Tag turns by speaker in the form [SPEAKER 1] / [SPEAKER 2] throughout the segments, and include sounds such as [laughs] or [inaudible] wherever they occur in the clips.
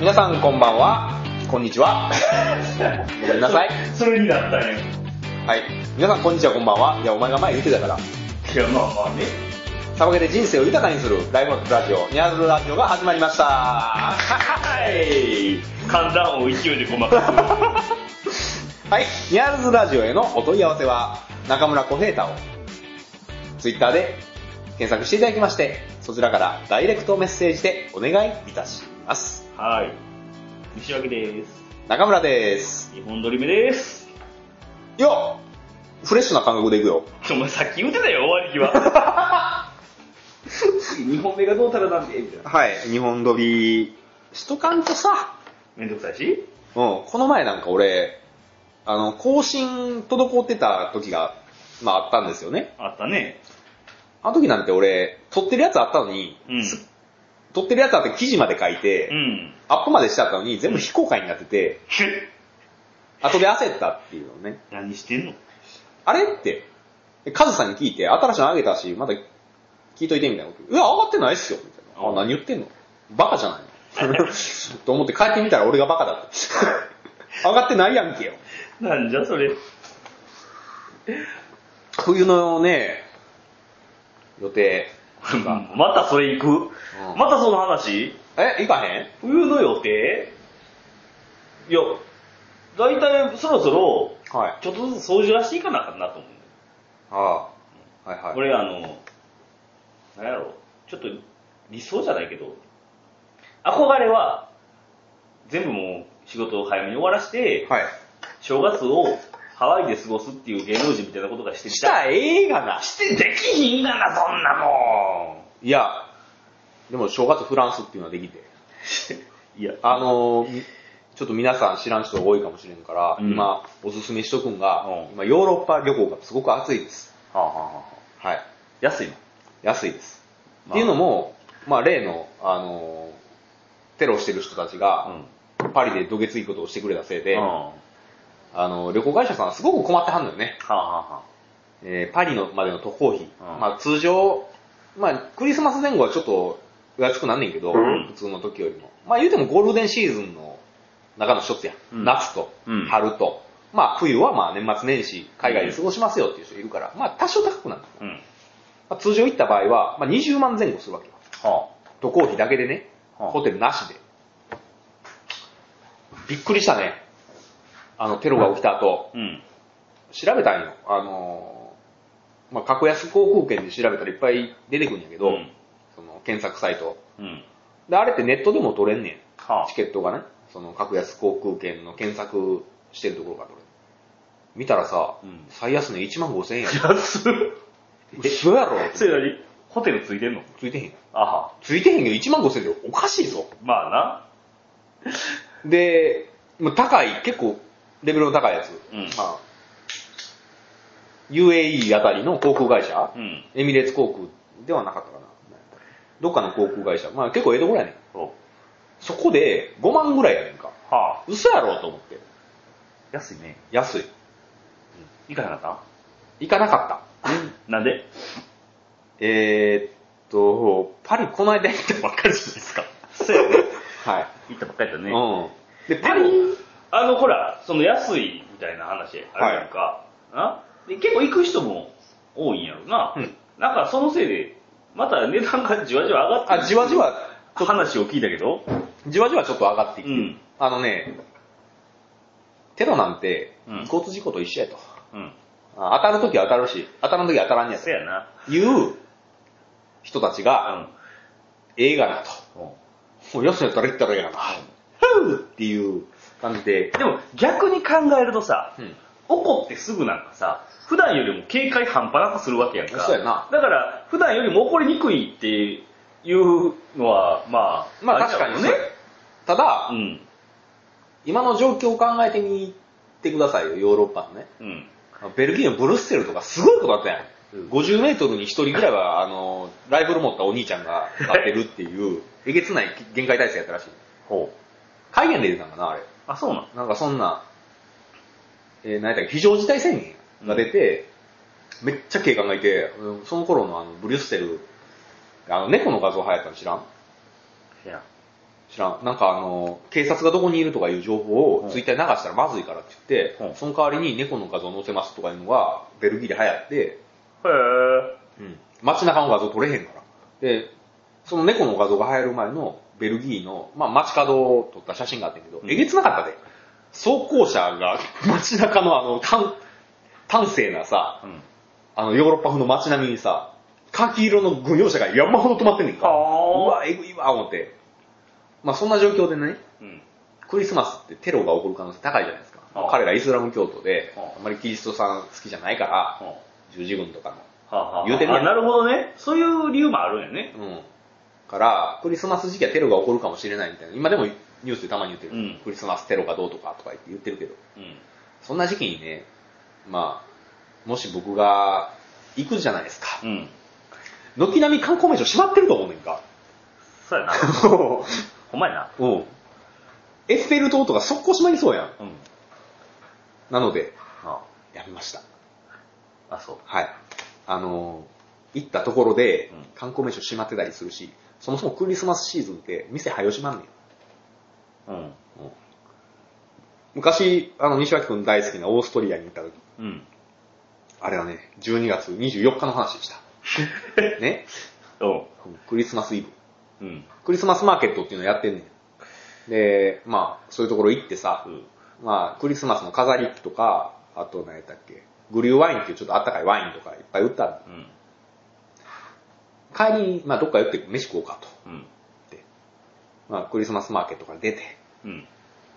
[SPEAKER 1] 皆さんこんばんはこんにちはごめんなさい
[SPEAKER 2] それになったんや。い
[SPEAKER 1] はい皆さんこんにちはこんばんはいやお前が前言ってたから
[SPEAKER 2] や、まあまあね。
[SPEAKER 1] さわけで人生を豊かにするライブワークラジオニャーズラジオが始まりましたは
[SPEAKER 2] はい。寒暖を勢いでごまか
[SPEAKER 1] いニャーズラジオへのお問い合わせは中村小平太を Twitter で検索していただきましてそちらからダイレクトメッセージでお願いいたします
[SPEAKER 2] す。はい。西脇です。
[SPEAKER 1] 中村です
[SPEAKER 2] 日本撮り目です。
[SPEAKER 1] よっフレッシュな感覚でいくよ
[SPEAKER 2] お前さっき言ってたよ、終わり際。日本目がどうたらなんで、みたいな。
[SPEAKER 1] はい、日本撮りしとかんとさ、
[SPEAKER 2] めんどくさいし。
[SPEAKER 1] うん、この前なんか俺、あの、更新滞ってた時が、まああったんですよね。
[SPEAKER 2] あったね。
[SPEAKER 1] あの時なんて俺、撮ってるやつあったのに、
[SPEAKER 2] うん。
[SPEAKER 1] 撮ってるやつあって記事まで書いて、
[SPEAKER 2] うん。
[SPEAKER 1] アップまでしてあったのに全部非公開になってて、後で焦ったっていうのね。
[SPEAKER 2] 何してんの
[SPEAKER 1] あれって、カズさんに聞いて、新しいのあげたし、まだ聞いといてみたいなこと。うわ、上がってないっすよ、みたいな。あ、何言ってんのバカじゃない
[SPEAKER 2] [laughs]
[SPEAKER 1] のと思って帰ってみたら俺がバカだった。上 [laughs] がってないやんけよ。
[SPEAKER 2] なんじゃそれ。
[SPEAKER 1] 冬のね、予定。
[SPEAKER 2] またそれ行く、
[SPEAKER 1] うん
[SPEAKER 2] またその話
[SPEAKER 1] え、行かへん
[SPEAKER 2] 冬の予定いや、だいたいそろそろ、
[SPEAKER 1] はい。
[SPEAKER 2] ちょっとずつ掃除はしていかなあかんなと思う。
[SPEAKER 1] ああ。はいはい。
[SPEAKER 2] 俺、あの、なんやろちょっと理想じゃないけど、憧れは、全部もう仕事を早めに終わらして、
[SPEAKER 1] はい。
[SPEAKER 2] 正月をハワイで過ごすっていう芸能人みたいなことがしてみ
[SPEAKER 1] した映画だ。
[SPEAKER 2] してできひんがな、そんなも
[SPEAKER 1] いや、でも正月フランスっていうのはできて。
[SPEAKER 2] ん。いや、
[SPEAKER 1] あのー、みちょっと皆さん知らん人多いかもしれんから、
[SPEAKER 2] うん
[SPEAKER 1] 今おすすめしとくんが、
[SPEAKER 2] うん
[SPEAKER 1] 今ヨーロッパ旅行がすごく暑いです。
[SPEAKER 2] はあはあはあ
[SPEAKER 1] はい。
[SPEAKER 2] 安いの。
[SPEAKER 1] 安いです。
[SPEAKER 2] まあ
[SPEAKER 1] っていうのも、まあ例の、あのー、テロしてる人たち
[SPEAKER 2] う
[SPEAKER 1] が、
[SPEAKER 2] ん。
[SPEAKER 1] パリでどげついことをしてくれたせいで、
[SPEAKER 2] うんは
[SPEAKER 1] あの、旅行会社さんはすごく困ってはんのよね。
[SPEAKER 2] あ、はあはあ、
[SPEAKER 1] えーパリのまでの渡航費。
[SPEAKER 2] うん
[SPEAKER 1] まあ通常、まあクリスマス前後はちょっと安くなんねんけど、
[SPEAKER 2] うん
[SPEAKER 1] 普通の時よりも。まあ言うてもゴールデンシーズンの中の一つや。
[SPEAKER 2] うん
[SPEAKER 1] 夏と
[SPEAKER 2] うん
[SPEAKER 1] 春と。まあ冬はまあ年末年始海外で過ごしますよっていう人いるから、まあ多少高くなる。
[SPEAKER 2] うん。
[SPEAKER 1] まあ、通常行った場合は、まあ20万前後するわけよ。
[SPEAKER 2] は
[SPEAKER 1] 渡航費だけでね、
[SPEAKER 2] はあ
[SPEAKER 1] ホテルなしで。びっくりしたね。あのテロが起きた後。
[SPEAKER 2] あ。うん。
[SPEAKER 1] 調べたんよ。あのーまあ、格安航空券で調べたらいっぱい出てくるんやけど、
[SPEAKER 2] うん
[SPEAKER 1] その検索サイト。
[SPEAKER 2] うん。
[SPEAKER 1] で、あれってネットでも取れんね
[SPEAKER 2] は
[SPEAKER 1] ん。チケットがね、その格安航空券の検索してるところが取れる。見たらさ、
[SPEAKER 2] うん
[SPEAKER 1] 最安値1万5千円や。
[SPEAKER 2] あ。安っ。
[SPEAKER 1] 嘘やろ
[SPEAKER 2] [laughs] それなりホテルついてんの
[SPEAKER 1] ついてへん。
[SPEAKER 2] あは。
[SPEAKER 1] ついてへんけど1万5千円っておかしいぞ。
[SPEAKER 2] まあな。
[SPEAKER 1] で、もう高い、結構レベルの高いやつ。
[SPEAKER 2] うん
[SPEAKER 1] まあ、UAE あたりの航空会社、
[SPEAKER 2] うん。
[SPEAKER 1] エミレーツ航空ではなかったかな。どっかの航空会社。まあ結構江戸ぐらいねん。
[SPEAKER 2] そ
[SPEAKER 1] そこで5万ぐらいやねんか。
[SPEAKER 2] う。はあ。
[SPEAKER 1] 嘘やろと思って。
[SPEAKER 2] 安いね。
[SPEAKER 1] 安い。
[SPEAKER 2] いかなか
[SPEAKER 1] 行かなかった。
[SPEAKER 2] ったなんで
[SPEAKER 1] えー、っと、パリこの間行ったばっかりじゃないですか。
[SPEAKER 2] そうやね。
[SPEAKER 1] はい。
[SPEAKER 2] 行ったばっかりだね。
[SPEAKER 1] うん。で、
[SPEAKER 2] で
[SPEAKER 1] パ
[SPEAKER 2] も
[SPEAKER 1] リ、
[SPEAKER 2] あの、ほら、その安いみたいな話あるやんか。なで結構行く人も多いんやろな。
[SPEAKER 1] うん
[SPEAKER 2] なんかそのせいで、また値段がじわじわ上がってる
[SPEAKER 1] あ、じわじわ、
[SPEAKER 2] 話を聞いたけど。
[SPEAKER 1] じわじわちょっと上がっていうく。
[SPEAKER 2] ん。
[SPEAKER 1] あのね、テロなんて
[SPEAKER 2] うん、
[SPEAKER 1] 交通事故と一緒やと。
[SPEAKER 2] うん。
[SPEAKER 1] あ当たるときは当たるし、当たらんときは当たらんや
[SPEAKER 2] そうやな。
[SPEAKER 1] と。いう人たちが、
[SPEAKER 2] う
[SPEAKER 1] 映画だと。
[SPEAKER 2] ん。うん
[SPEAKER 1] もうよそやったら行ったらええがな。ふうっていう感じで。
[SPEAKER 2] でも逆に考えるとさ、
[SPEAKER 1] うん
[SPEAKER 2] 怒ってすぐなんかさ、普段よりも警戒半端なくするわけやんか。
[SPEAKER 1] そうやな
[SPEAKER 2] だから、普段よりも怒りにくいっていうのは、まあ、
[SPEAKER 1] まあ
[SPEAKER 2] れ
[SPEAKER 1] 確
[SPEAKER 2] だ
[SPEAKER 1] か
[SPEAKER 2] ろ
[SPEAKER 1] に
[SPEAKER 2] う
[SPEAKER 1] ね。ただ、
[SPEAKER 2] うん。
[SPEAKER 1] 今の状況を考えてみてくださいよ、ヨーロッパのね。
[SPEAKER 2] うん。
[SPEAKER 1] ベルギーのブルッセルとかすごいことあったやん。
[SPEAKER 2] うん
[SPEAKER 1] 50メートルに1人ぐらいは、あの、ライフル持ったお兄ちゃんが立ってるっていう、えげつない限界体制やったらしい。
[SPEAKER 2] ほ
[SPEAKER 1] 戒厳令出たんかな、あれ。
[SPEAKER 2] う。あ、そうなん。
[SPEAKER 1] なんかそんな、えー、何やったっけ、非常事態宣言が出て、めっちゃ警官がいて、うんその頃のあの、ブリュッセル、あの、猫の画像流行ったの知らん
[SPEAKER 2] いや。
[SPEAKER 1] 知らん。なんかあの、警察がどこにいるとかいう情報を
[SPEAKER 2] はい
[SPEAKER 1] ツイッターに流したらまずいからって言って、
[SPEAKER 2] はい
[SPEAKER 1] その代わりに猫の画像載せますとかいうのがベルギーで流行って、
[SPEAKER 2] へ
[SPEAKER 1] う
[SPEAKER 2] え。
[SPEAKER 1] ん、街中の画像撮れへんから。で、その猫の画像が流行る前のベルギーの、まあ街角を撮った写真があってんけど、
[SPEAKER 2] うん
[SPEAKER 1] えげつなかったで。走行車が [laughs] 街中のあの、端端正なさ、
[SPEAKER 2] うん。
[SPEAKER 1] あのヨーロッパ風の街並みにさ、柿色の軍用車が山ほど止まってんねんか。う
[SPEAKER 2] はあ。
[SPEAKER 1] わ、えぐいわ、思って。まあそんな状況でね、
[SPEAKER 2] うん。
[SPEAKER 1] クリスマスってテロが起こる可能性高いじゃないですか
[SPEAKER 2] あ。あ
[SPEAKER 1] 彼らイスラム教徒で
[SPEAKER 2] ああ、
[SPEAKER 1] あんまりキリストさん好きじゃないから、
[SPEAKER 2] は
[SPEAKER 1] 十字軍とか
[SPEAKER 2] あはあ。
[SPEAKER 1] 言うてみ
[SPEAKER 2] あ
[SPEAKER 1] や
[SPEAKER 2] なるほどね。そういう理由もあるんやね。
[SPEAKER 1] の。うん。から、クリスマス時期はテロが起こるかもしれないみたいな。今でもニュースでたまに言ってる。
[SPEAKER 2] うん
[SPEAKER 1] クリスマステロがどうとかとか言って言ってるけど、
[SPEAKER 2] うん。
[SPEAKER 1] そんな時期にね、まあ、もし僕が行くじゃないですか。
[SPEAKER 2] うん。
[SPEAKER 1] 軒並み観光名所閉まってると思うねん
[SPEAKER 2] [laughs]
[SPEAKER 1] か。
[SPEAKER 2] そう
[SPEAKER 1] [laughs]
[SPEAKER 2] やな。ほんまやな。
[SPEAKER 1] うん。エッフェル塔とか速攻閉まりそうやん。
[SPEAKER 2] うん。
[SPEAKER 1] なので、
[SPEAKER 2] あ
[SPEAKER 1] やめました。
[SPEAKER 2] あ。あ、そう。
[SPEAKER 1] はい。あのー行ったところで
[SPEAKER 2] うん、
[SPEAKER 1] 観光名所閉まってたりするし、そもそもクリスマスシーズンって店早閉まんねん。
[SPEAKER 2] うん。
[SPEAKER 1] 昔、あの、西脇くん大好きなオーストリアに行った時、
[SPEAKER 2] うん。
[SPEAKER 1] あれはね、12月24日の話でした。
[SPEAKER 2] [laughs]
[SPEAKER 1] ね。クリスマスイブ。
[SPEAKER 2] うん。
[SPEAKER 1] クリスマスマーケットっていうのやってんねん。で、まあ、そういうところ行ってさ、
[SPEAKER 2] うん。
[SPEAKER 1] まあ、クリスマスの飾りとか、あと何やったっけ、グリューワインっていうちょっとあったかいワインとかいっぱい売ったの
[SPEAKER 2] うん。
[SPEAKER 1] 帰りに、まあ、どっか寄って飯食おうかと。
[SPEAKER 2] うん。
[SPEAKER 1] まあ、クリスマスマーケットから出て、
[SPEAKER 2] うん。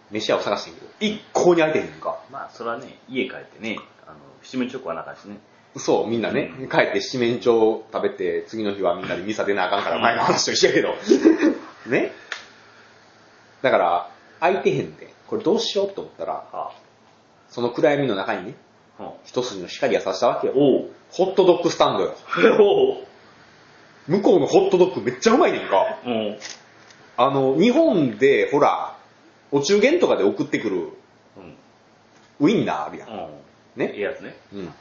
[SPEAKER 1] 飯屋を探してんけど、一向に空いてへんか。
[SPEAKER 2] まあ、それはね、家帰ってね、あの、七面チョコはなかしね。
[SPEAKER 1] そう、みんなね
[SPEAKER 2] うん、
[SPEAKER 1] 帰って七面鳥を食べて、次の日はみんなでミサ出なあかんから前の話と一緒
[SPEAKER 2] [laughs]
[SPEAKER 1] やけど。ねだから、空いてへんで、これどうしようと思ったら、
[SPEAKER 2] は
[SPEAKER 1] その暗闇の中にね、
[SPEAKER 2] あ。うん。
[SPEAKER 1] 一筋の光が差したわけよ。
[SPEAKER 2] おう。
[SPEAKER 1] ホットドッグスタンドよ。
[SPEAKER 2] [laughs] おう。
[SPEAKER 1] 向こうのホットドッグめっちゃうまいねんか。
[SPEAKER 2] うん。
[SPEAKER 1] あの、日本で、ほら、お中元とかで送ってくる
[SPEAKER 2] うん。
[SPEAKER 1] ウインナーあるやん。
[SPEAKER 2] う
[SPEAKER 1] ね
[SPEAKER 2] ん。いいやつね。
[SPEAKER 1] うん。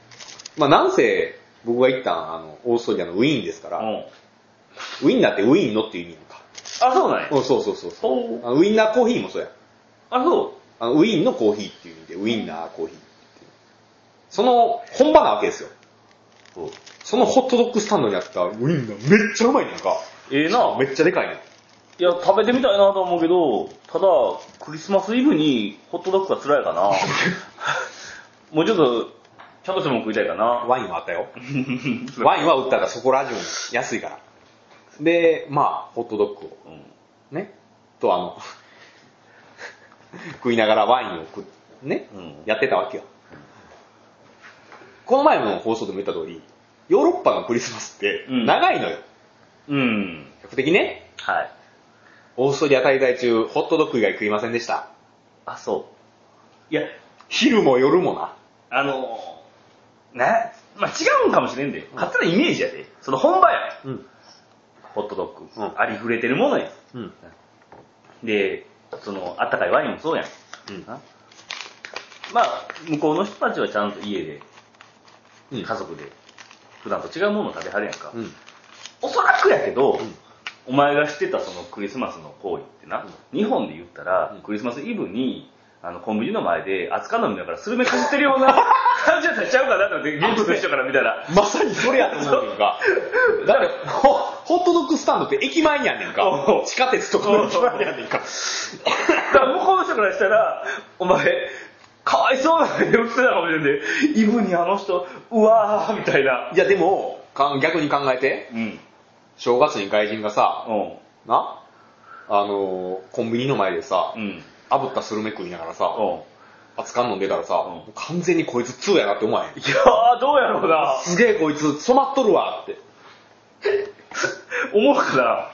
[SPEAKER 1] まあ、なんせ、僕が行ったんあの、オーストリアのウィーンですか
[SPEAKER 2] う
[SPEAKER 1] ら、
[SPEAKER 2] ん。
[SPEAKER 1] ウィンナーってウィーンのっていう意味やんか。
[SPEAKER 2] あ、そうなんや。
[SPEAKER 1] うん、そうそうそうそう。
[SPEAKER 2] おう。
[SPEAKER 1] あのウィンナーコーヒーもそうや。
[SPEAKER 2] あ、そう。
[SPEAKER 1] あのウィーンのコーヒーっていう意味で、ウィンナーコーヒーっていうその、本場なわけですよ。
[SPEAKER 2] お
[SPEAKER 1] そのホットドッグスタンドにあったウィンナーめっちゃうまいねんか。
[SPEAKER 2] ええな。
[SPEAKER 1] めっちゃでかいねん。
[SPEAKER 2] いや、食べてみたいなと思うけど、ただ、クリスマスイブにホットドッグが辛いか [laughs] な。もうちょっと、ちゃんとしたもん食いたいかな。 [laughs]
[SPEAKER 1] ワインはあったよ。ワインは売ったらそこら中に安いから。で、まあ、ホットドッグを
[SPEAKER 2] うん。
[SPEAKER 1] ね、とあの、 [laughs] 食いながらワインを食っね、
[SPEAKER 2] うん
[SPEAKER 1] やってたわけよ。この前の放送でも言った通り、ヨーロッパのクリスマスって
[SPEAKER 2] うん
[SPEAKER 1] 長いのよ。
[SPEAKER 2] うん。
[SPEAKER 1] 比較的ね、
[SPEAKER 2] はい。
[SPEAKER 1] オーストリア滞在中、ホットドッグ以外食いませんでした。
[SPEAKER 2] あ、そう。いや、
[SPEAKER 1] 昼も夜もな。
[SPEAKER 2] あのー、ね、まあ、違うんかもしれんで。勝手なイメージやで。その本場や。
[SPEAKER 1] うん。
[SPEAKER 2] ホットドッグ。
[SPEAKER 1] うん
[SPEAKER 2] ありふれてるものや。
[SPEAKER 1] うん。
[SPEAKER 2] で、その、あったかいワインもそうやん。
[SPEAKER 1] うん
[SPEAKER 2] なまあ、向こうの人たちはちゃんと家で、
[SPEAKER 1] うん。
[SPEAKER 2] 家族で、普段と違うものを食べはるやんか。
[SPEAKER 1] うん。
[SPEAKER 2] おそらくやけど、
[SPEAKER 1] ん
[SPEAKER 2] お前がしてたそのクリスマスの行為ってな、日本で言ったら、
[SPEAKER 1] うん
[SPEAKER 2] クリスマスイブに、あの、コンビニの前で、熱燗飲みながらスルメかじってるよう [laughs] な感じやったらちゃうかなと思って、現地の人から見たら、
[SPEAKER 1] まさにそれやと思うねん [laughs] か。だって、ホホットドッグスタンドって駅前にあんねんか
[SPEAKER 2] お。う
[SPEAKER 1] 地下鉄とかの駅前にあんねんか。
[SPEAKER 2] だから向こうの人からしたら、お前、かわいそうな目をしてたかもしれんで、イブにあの人、うわー、みたいな。
[SPEAKER 1] いやでも、か逆に考えて、
[SPEAKER 2] うん。
[SPEAKER 1] 正月に外人がさ、
[SPEAKER 2] うん。
[SPEAKER 1] な、あのーコンビニの前でさ
[SPEAKER 2] う、ん。
[SPEAKER 1] 炙ったスルメ食いながらさ、
[SPEAKER 2] うん。
[SPEAKER 1] 熱燗飲んでたらさ、
[SPEAKER 2] ん
[SPEAKER 1] もう完全にこいつ2やなって思わへん
[SPEAKER 2] い。やー、どうやろうな。
[SPEAKER 1] すげえこいつ染まっとるわって。
[SPEAKER 2] 思うか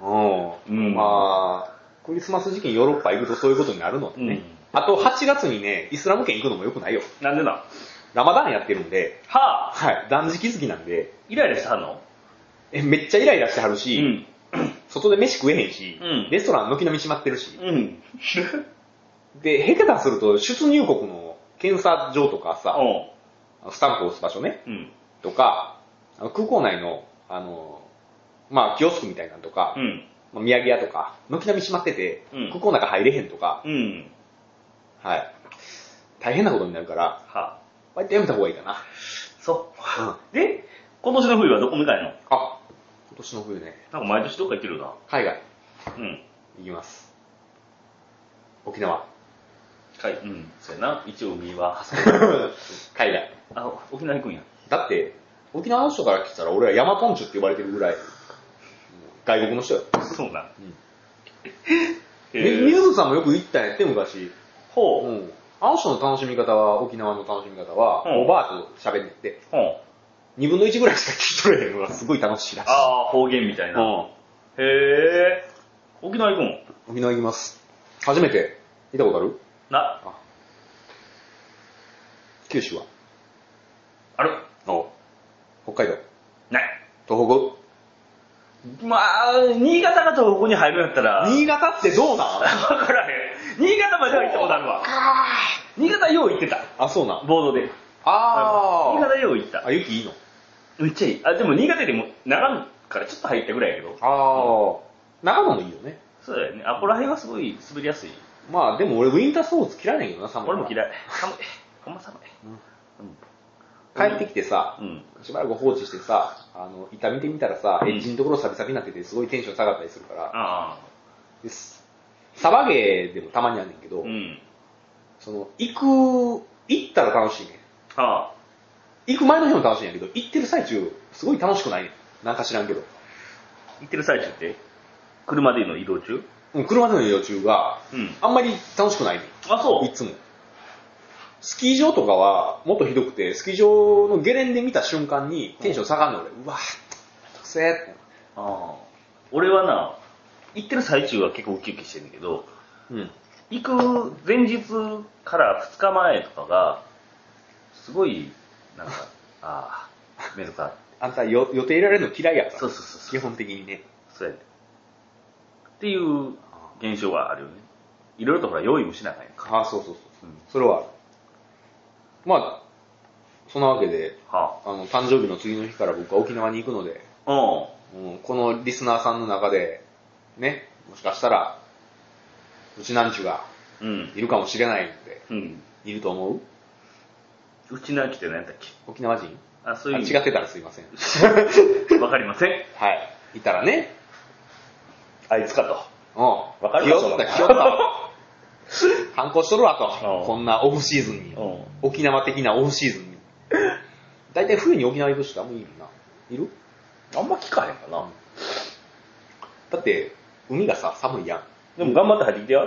[SPEAKER 1] う
[SPEAKER 2] うん
[SPEAKER 1] ん。まあ、クリスマス時期にヨーロッパ行くとそういうことになるのでね。
[SPEAKER 2] うん
[SPEAKER 1] あと8月にね、イスラム圏行くのも良くないよ。
[SPEAKER 2] な。なんでな。
[SPEAKER 1] ラマダンやってるんで、
[SPEAKER 2] はあ、
[SPEAKER 1] はい、断食好きなんで、
[SPEAKER 2] イライラしてはんの
[SPEAKER 1] えめっちゃイライラしてはる
[SPEAKER 2] う
[SPEAKER 1] し、
[SPEAKER 2] ん。
[SPEAKER 1] 外で飯食えへんし、
[SPEAKER 2] うん
[SPEAKER 1] レストラン軒並み閉まってるし、
[SPEAKER 2] うん。
[SPEAKER 1] で、ヘケタすると出入国の検査場とかさ、スタンプを押す場所ね、
[SPEAKER 2] うん。
[SPEAKER 1] とか、あの空港内の、あの、まあ、キオスクみたいなのとか
[SPEAKER 2] う、ん。
[SPEAKER 1] まあ、宮城屋とか、軒並み閉まってて、
[SPEAKER 2] うん
[SPEAKER 1] ここの中入れへんとか、
[SPEAKER 2] うん。
[SPEAKER 1] はい。大変なことになるから、
[SPEAKER 2] は
[SPEAKER 1] 割とやめた方がいいかな。 [laughs]
[SPEAKER 2] そう。で、今年の冬はどこ向かいの
[SPEAKER 1] あ、今年の冬ね、
[SPEAKER 2] なんか毎年どっか行ってるよ
[SPEAKER 1] 海外
[SPEAKER 2] な。うん。
[SPEAKER 1] 行きます。沖
[SPEAKER 2] [laughs]
[SPEAKER 1] 縄。
[SPEAKER 2] はい。うん。そうやな。一応海は。
[SPEAKER 1] 海外。
[SPEAKER 2] あ、沖縄行くんや。
[SPEAKER 1] だって、沖縄の人から来たら俺はヤマポンチュって呼ばれてるぐらい、外国の人よ。
[SPEAKER 2] そうなん。
[SPEAKER 1] うんみ
[SPEAKER 2] えー
[SPEAKER 1] みゆずさんもよく行ったんやって、昔。
[SPEAKER 2] ほ
[SPEAKER 1] う
[SPEAKER 2] う。うん。
[SPEAKER 1] ん。あの人の楽しみ方は、沖縄の楽しみ方は、
[SPEAKER 2] うん
[SPEAKER 1] おばあと喋って、2分の1ぐらいしか聞いとれへんのがすごい楽しいらしい。
[SPEAKER 2] ああ、方言みたいな。へえ。沖縄行くん
[SPEAKER 1] うん。沖縄行きます。初めて、見たことある
[SPEAKER 2] な、
[SPEAKER 1] あ九州は
[SPEAKER 2] あれ
[SPEAKER 1] 北海道
[SPEAKER 2] ない。
[SPEAKER 1] 東北
[SPEAKER 2] まあ、新潟が東北に入るんやったら、
[SPEAKER 1] 新潟ってどうなんあ
[SPEAKER 2] わからへん。新潟までは行ったことあるわ。新潟よう行ってた。
[SPEAKER 1] あ、そうなん。
[SPEAKER 2] ボードで。新
[SPEAKER 1] あ
[SPEAKER 2] 潟よう行った
[SPEAKER 1] あ。。あ、雪いいの
[SPEAKER 2] めっちゃいい。あ、でも新潟でも長野からちょっと入ったぐらいやけど。
[SPEAKER 1] ああ。長野もいいよね。
[SPEAKER 2] そうだよね。あ、ここら辺はすごい滑りやすい。
[SPEAKER 1] まあでも俺ウィンタースポーツ嫌いなんやけどな、寒いか
[SPEAKER 2] 俺
[SPEAKER 1] ら。
[SPEAKER 2] も嫌い。寒い。ほんま寒い。
[SPEAKER 1] 帰ってきてさ、
[SPEAKER 2] うん。
[SPEAKER 1] しばらく放置してさ、あの、板見てみたらさ、
[SPEAKER 2] うん
[SPEAKER 1] エッジのところサビサビになっててすごいテンション下がったりするから。
[SPEAKER 2] ああ。
[SPEAKER 1] ですサバゲーでもたまにあんねんけど、
[SPEAKER 2] うん。
[SPEAKER 1] その、行く、行ったら楽しいねん。
[SPEAKER 2] ああ。
[SPEAKER 1] 行く前の日も楽しいんやけど、行ってる最中、すごい楽しくないねん。なんか知らんけど。
[SPEAKER 2] 行ってる最中って車での移動中
[SPEAKER 1] うん車での移動中が、
[SPEAKER 2] うん。
[SPEAKER 1] あんまり楽しくないねん。
[SPEAKER 2] あ、そう
[SPEAKER 1] い。つも。スキー場とかはもっとひどくて、スキー場のゲレンデ見た瞬間にテンション下がるの俺、うわめんどくせえって。
[SPEAKER 2] ああ。俺はな、行ってる最中は結構ウキウキしてんだけど、
[SPEAKER 1] うん。
[SPEAKER 2] 行く前日から2日前とかが、すごい、なんか、ああ、めどか。
[SPEAKER 1] あんたよ予定入れられるの嫌いやから。
[SPEAKER 2] そうそうそうそ
[SPEAKER 1] 基
[SPEAKER 2] う。
[SPEAKER 1] 本的にね。
[SPEAKER 2] そうやねっていう現象はあるよね。いろいろとほら、用意もしなあかんやんか。
[SPEAKER 1] ああ、そうそうそう。
[SPEAKER 2] うん。
[SPEAKER 1] それはある。まあ、そんなわけで、
[SPEAKER 2] は
[SPEAKER 1] あの、誕生日の次の日から僕は沖縄に行くので、
[SPEAKER 2] あ。うん。
[SPEAKER 1] うんこのリスナーさんの中で、ね、もしかしたら、うちなんちゅが
[SPEAKER 2] うん。
[SPEAKER 1] いるかもしれないので、
[SPEAKER 2] うん。
[SPEAKER 1] いると思う
[SPEAKER 2] うちなきって何やったっけ
[SPEAKER 1] 沖縄人
[SPEAKER 2] あ、そう
[SPEAKER 1] あ
[SPEAKER 2] いう
[SPEAKER 1] 違ってたらすいません。
[SPEAKER 2] て。わかりません。
[SPEAKER 1] はい。いたらね。
[SPEAKER 2] あいつかと。
[SPEAKER 1] うん。わ
[SPEAKER 2] かりまし
[SPEAKER 1] ひ
[SPEAKER 2] た
[SPEAKER 1] よった、ひよった。反抗しとるわ
[SPEAKER 2] うん
[SPEAKER 1] と。こんなオフシーズンに。
[SPEAKER 2] [laughs] うん。
[SPEAKER 1] 沖縄的なオフシーズンに。だいたい冬に沖縄行く人あんまいいもんな。いる
[SPEAKER 2] あんま聞かへんかな。
[SPEAKER 1] だって、海がさ、寒いやん。
[SPEAKER 2] でも頑張って入ってきてや。
[SPEAKER 1] え